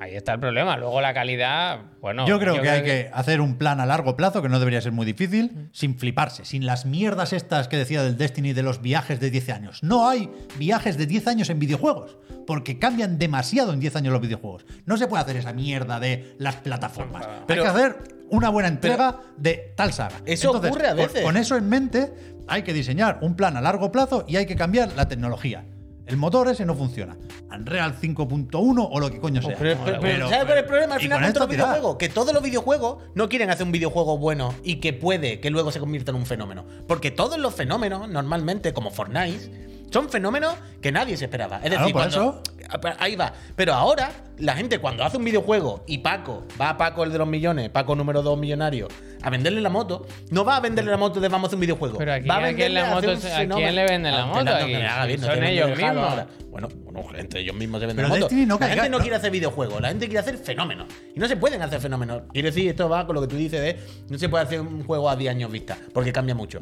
Ahí está el problema. Luego la calidad, bueno.
yo creo que hay que hacer un plan a largo plazo, que no debería ser muy
Mm.
difícil, sin fliparse, sin las mierdas estas que decía del Destiny de los viajes de 10 años. No hay viajes de 10 años en videojuegos, porque cambian demasiado en 10 años los videojuegos. No se puede hacer esa mierda de las plataformas.
Pero-
hay que hacer una buena entrega de tal saga.
Eso ocurre a
con-
veces.
Con eso en mente, hay que diseñar un plan a largo plazo y hay que cambiar la tecnología. El motor ese no funciona. Unreal 5.1 o lo que coño sea.
Pero, pero- pero, ¿sabes cuál es el problema al
y
final
con
con todos los
esto tirar.
videojuegos? Que todos los videojuegos no quieren hacer un videojuego bueno y que puede que luego se convierta en un fenómeno. Porque todos los fenómenos, normalmente, como Fortnite, son fenómenos que nadie se esperaba. Es
Claro,
decir,
por
cuando- Ah, pues, ahí va. Pero ahora, la gente cuando hace un videojuego y Paco, va a Paco el de los millones, Paco número 2 millonario, a venderle la moto, no va a venderle la moto de vamos a hacer un videojuego.
Pero aquí,
va
¿a quién la
venderle hacer
moto
un
se- a
fenómeno.
quién le venden la
Ah,
moto
que no,
aquí?
que me haga bien, no
Son
tiene
ellos
que dejarlo
mismos.
ahora. Bueno, bueno, entre ellos mismos se venden
Pero
la moto.
Destiny no
la
caiga,
gente no,
¿no?
quiere hacer videojuegos, la gente quiere hacer fenómenos. Y no se pueden hacer fenómenos. Quiero decir, esto va con lo que tú dices de no se puede hacer un juego a 10 años vista, porque cambia mucho.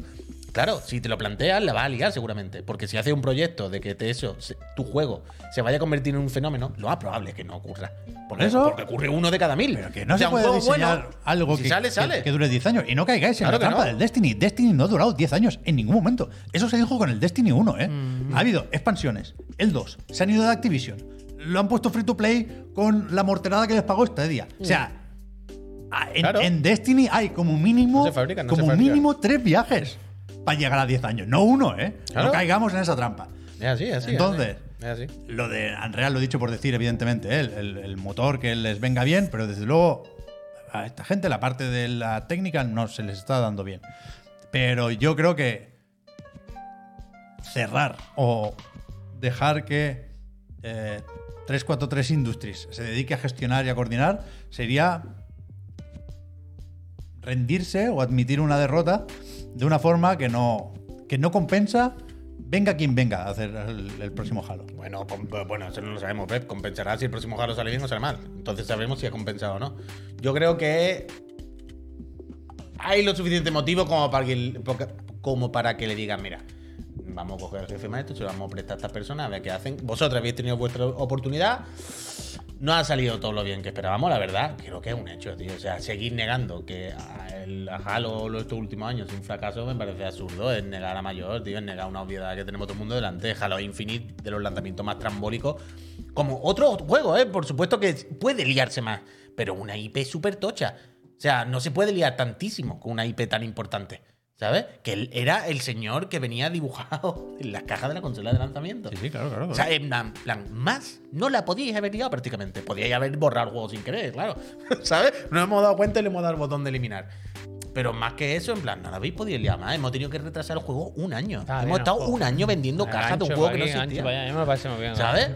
Claro, si te lo planteas, la vas a liar seguramente. Porque si haces un proyecto de que te eso, se- tu juego se vaya a convertir en un fenómeno, lo más probable es que no ocurra. Porque,
eso-
porque ocurre uno de cada mil.
Pero que no
O
se
sea, un
puede
juego
diseñar
bueno,
algo
si
que,
sale,
que-
sale.
que dure 10 años. Y no caigáis en
Claro
la
que
trampa
no.
del Destiny. Destiny no ha durado 10 años en ningún momento. Eso se dijo con el Destiny 1, ¿eh?
Mm.
Ha habido expansiones. El 2. Se han ido de Activision. Lo han puesto free to play con la morterada que les pagó este día. O sea, a- en,
Claro.
en Destiny hay como mínimo,
No se fabrican, no se
como
fabrican.
mínimo tres viajes para llegar a 10 años. No uno, ¿eh?
Claro.
No caigamos en esa trampa.
Es así, es así. es
Entonces,
así, es así.
Lo de Unreal lo he dicho por decir, evidentemente, ¿eh? el, el- el motor que les venga bien, pero desde luego a esta gente la parte de la técnica no se les está dando bien. Pero yo creo que cerrar o dejar que eh, 343 Industries se dedique a gestionar y a coordinar sería rendirse o admitir una derrota de una forma que no, que no compensa, venga quien venga a hacer el, el próximo Halo.
Bueno, com- bueno, eso no lo sabemos, Pep. Compensará si el próximo Halo sale bien o sale mal. Entonces sabemos si ha compensado o no. Yo creo que hay lo suficiente motivo como para que, porque- como para que le digan, mira, vamos a coger al jefe maestro, se lo vamos a prestar a estas personas, a ver qué hacen. Vosotros habéis tenido vuestra oportunidad. No ha salido todo lo bien que esperábamos, la verdad. Creo que es un hecho, tío. O sea, seguir negando que a el a Halo lo de estos últimos años es un fracaso me parece absurdo. Es negar a mayor, tío. Es negar una obviedad que tenemos todo el mundo delante. Halo Infinite, de los lanzamientos más trambólicos. Como otro juego, ¿eh? Por supuesto que puede liarse más. Pero una IP súper tocha. O sea, no se puede liar tantísimo con una IP tan importante. ¿Sabes? Que él era el señor que venía dibujado en las cajas de la consola de lanzamiento.
claro, claro.
O sea, en plan, plan, más no la podíais haber liado prácticamente. Podíais haber borrado el juego sin querer, claro. ¿Sabes? No hemos dado cuenta y le hemos dado el botón de eliminar. Pero más que eso, en plan, no la habéis podido liar más. Hemos tenido que retrasar el juego un año.
Ah,
hemos
bien,
estado
ojo.
un año
Ah,
vendiendo cajas de un juego que no existía.
vaya, me parece muy bien.
¿Sabes?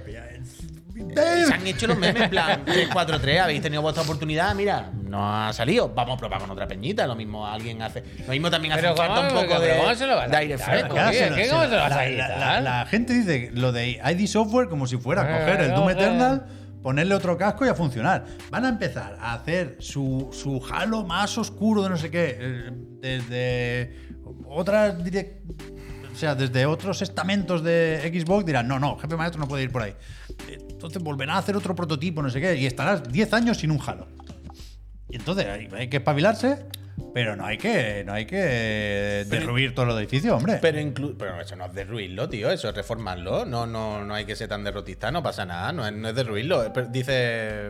Eh, Se han hecho los memes en plan 343, habéis tenido vuestra oportunidad, mira, no ha salido, vamos a probar con otra peñita, lo mismo alguien hace, lo mismo también hace
Pero
falta
¿cómo-
un poco de,
pero cómo se lo vas a
de aire
quitar?
fresco.
Ya,
Claro, ¿Qué?
se lo-
¿Qué?
se
¿Cómo
lo-
se lo vas
la-
a
la,
quitar?
la- la gente dice lo de ID Software como si fuera a
Eh,
coger el Doom
eh.
Eternal, ponerle otro casco y a funcionar. Van a empezar a hacer su, su halo más oscuro de no sé qué, eh, desde otras direc- O sea, desde otros estamentos de Xbox dirán, no, no, jefe maestro no puede ir por ahí. Entonces volverán a hacer otro prototipo, no sé qué, y estarás 10 años sin un halo. Y entonces hay, hay que espabilarse, pero no hay que, no hay que derruir todos los edificios, hombre.
Pero, inclu- pero eso no es derruirlo, tío. Eso es reformarlo. No, no, no hay que ser tan derrotista. No pasa nada. No es, no es derruirlo. Eh, pero dice.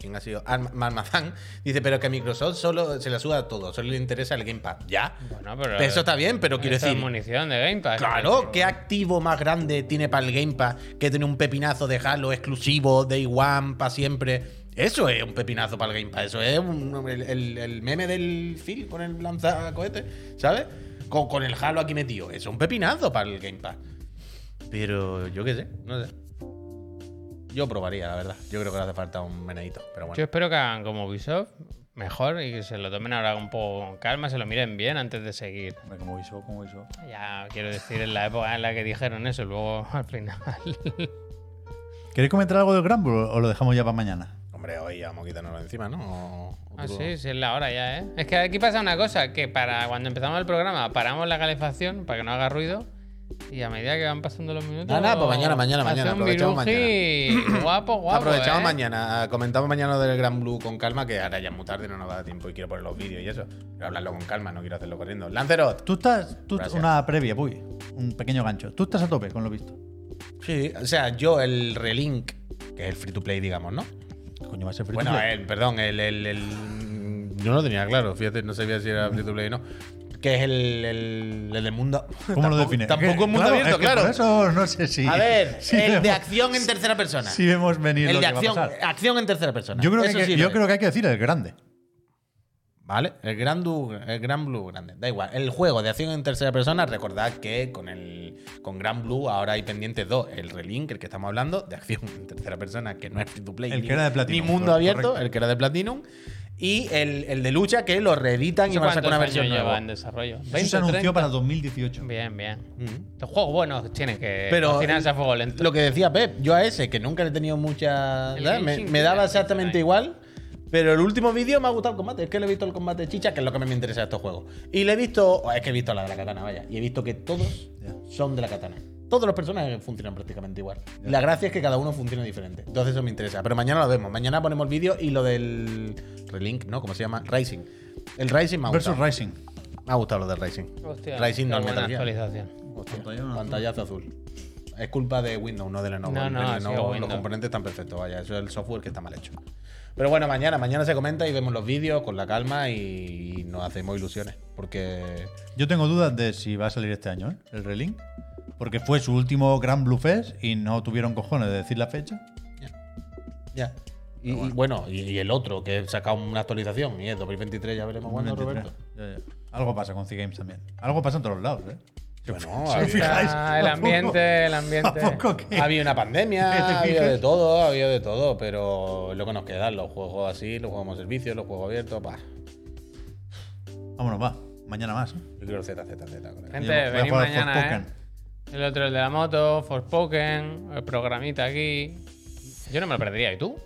¿Quién ha sido? Arm- Marmazán. Dice, pero que a Microsoft solo se le suda todo. Solo le interesa el Game Pass. Ya.
Bueno, pero-
Pero eso está bien, pero quiero
Esto
decir.
es munición de Game Pass.
Claro, ¿qué activo más grande tiene para el Game Pass que tiene un pepinazo de Halo exclusivo, Day One, para siempre? Eso es un pepinazo para el Game Pass. Eso es un- el, el- el meme del Phil con el lanzacohete, ¿sabes? Con, con el Halo aquí metido. Eso es un pepinazo para el Game Pass. Pero yo qué sé, no sé. Yo probaría, la verdad. Yo creo que le hace falta un menedito, pero
Yo
bueno.
espero que hagan como Ubisoft mejor y que se lo tomen ahora un poco con calma, se lo miren bien antes de seguir.
Hombre, como hizo, como hizo.
Ya quiero decir, en la época en la que dijeron eso, luego al final. Ah,
¿Queréis comentar algo del Granblue o lo dejamos ya para mañana?
Hombre, hoy vamos a quitárnoslo encima, ¿no? O- o
ah,
tú-
sí, sí, es la hora ya, ¿eh? Es que aquí pasa una cosa, que para cuando empezamos el programa paramos la calefacción para que no haga ruido Y a medida que van pasando los minutos.
Nada, nada, pues mañana, mañana,
hace
mañana,
un
aprovechamos
viruji Guapo, guapo.
Aprovechamos
¿eh?
pues.
mañana, comentamos mañana lo del Gran Blue con calma, que ahora ya es muy tarde, no nos da tiempo y quiero poner los vídeos y eso. Quiero hablarlo con calma, no quiero hacerlo corriendo. Lancerot.
Tú estás. Tú,
Gracias.
una previa, uy. Un pequeño gancho. Tú estás a tope con lo visto.
Sí, o sea, yo el Relink, que es el free to play, digamos, ¿no?
Coño, va a ser free to
Bueno,
play.
el, perdón, el, el, el- Yo no lo tenía claro, fíjate, no sabía si era free to play o no. Que es el, el, el del mundo.
¿Cómo lo
Tampoco-
defines?
Tampoco es mundo abierto,
es que
claro.
Por eso no sé si.
A ver,
si
el de
vemos-
acción en tercera persona.
Si vemos venir
el
lo
de
que va a
acción,
pasar.
acción en tercera persona.
Yo creo, que,
Eso
hay que-
sí lo
yo
es.
creo que hay que decir el grande.
Vale, el Gran, Du- el Gran Blue grande, da igual. El juego de acción en tercera persona, recordad que con el con Gran Blue ahora hay pendientes dos. El Relink, el que estamos hablando, de acción en tercera persona, que no es free to play.
El
ni-
que era de Platinum,
Ni mundo
cor-
abierto,
correcto.
el que era de Platinum. Y el, el de lucha, que lo reeditan y
¿Eso
van a sacar una
¿Cuántos años
versión
lleva
nueva.
en desarrollo?
Eso se
20,
anunció
30.
para 2018.
Bien, bien.
Mm.
Los juegos buenos tienen que
Pero
cocinarse a fuego lento.
Lo que decía Pep, yo a ese, que nunca le he tenido mucha.
El
¿sabes? Me,
Genshin
me daba
Impact,
exactamente
ahí.
igual. Pero el último vídeo me ha gustado el combate. Es que le he visto el combate de chicha, que es lo que me interesa de estos juegos. Y le he visto. oh, Es que he visto la de la katana, vaya. Y he visto que todos
Ya.
son de la katana. Todos los personajes funcionan prácticamente igual. La gracia es que cada uno funciona diferente. Entonces eso me interesa. Pero mañana lo vemos. Mañana ponemos el vídeo y lo del. Relink, ¿no? ¿Cómo se llama? Rising. El Rising me ha gustado.
Versus Rising.
Me ha gustado lo del Rising.
Hostia,
Rising no
qué
es Metal
buena
Gear.
actualización.
Hostia,
Pantallazo azul.
pantallazo azul. Es culpa de Windows, no de Lenovo.
No,
En
no, ha
Lenovo
sido
los
Windows.
componentes están perfectos, vaya. Eso es el software que está mal hecho. Pero bueno, mañana, mañana se comenta y vemos los vídeos con la calma y nos hacemos ilusiones. Porque.
Yo tengo dudas de si va a salir este año, ¿eh? El Relink. Porque fue su último Gran Blue Fest y no tuvieron cojones de decir la fecha.
Ya. Y y bueno, y, y el otro, que he sacado una actualización y es 2023, ya veremos cuándo,
23.
Roberto.
Ya, ya. Algo pasa con C-Games también. Algo pasa en todos lados, ¿eh?
Bueno,
Si os
había,
fijáis,
Ah, el
tampoco-
ambiente, el ambiente.
Tampoco que.
había una
¿Te
pandemia, había
fijas?
de todo, había de todo, pero lo que nos quedan, los juegos así, los juegos como servicios, los juegos abiertos, pa.
Vámonos, va. Mañana más. ¿eh?
Yo quiero Z, Z, Z. con
Voy
él.
a
Gente, venid
jugar al
mañana, ¿eh?
Forspoken.
El otro, el de la moto, Forspoken, el programita aquí. Yo no me lo perdería, ¿y tú?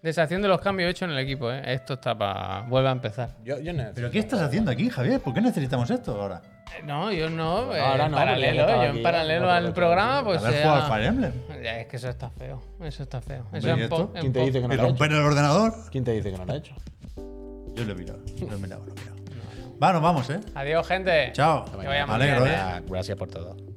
Deshaciendo los cambios hechos en el equipo, ¿eh? Esto está para... Vuelve a empezar.
Yo, yo necesito
¿Pero qué estás haciendo aquí, Javier? ¿Por qué necesitamos esto ahora?
Eh, No, yo no, eh,
ahora
en
no, porque
paralelo,
estaba
yo
aquí,
en paralelo
no,
al
pero-
programa, pues...
Haber
sea-
jugado al Fire Emblem.
Ya, es que eso está feo, eso está feo.
¿Y
Eso en
esto?
po- en
¿Quién te
po-
dice que no
¿Y
lo ha hecho?
romper el ordenador?
¿Quién te dice que no lo ha hecho?
Yo lo he mirado. Lo he mirado, lo he mirado. Va, nos vamos, ¿eh?
Adiós, gente.
Chao.
Que
Me
vaya muy
alegro,
bien,
¿eh?
Ah, Gracias por todo.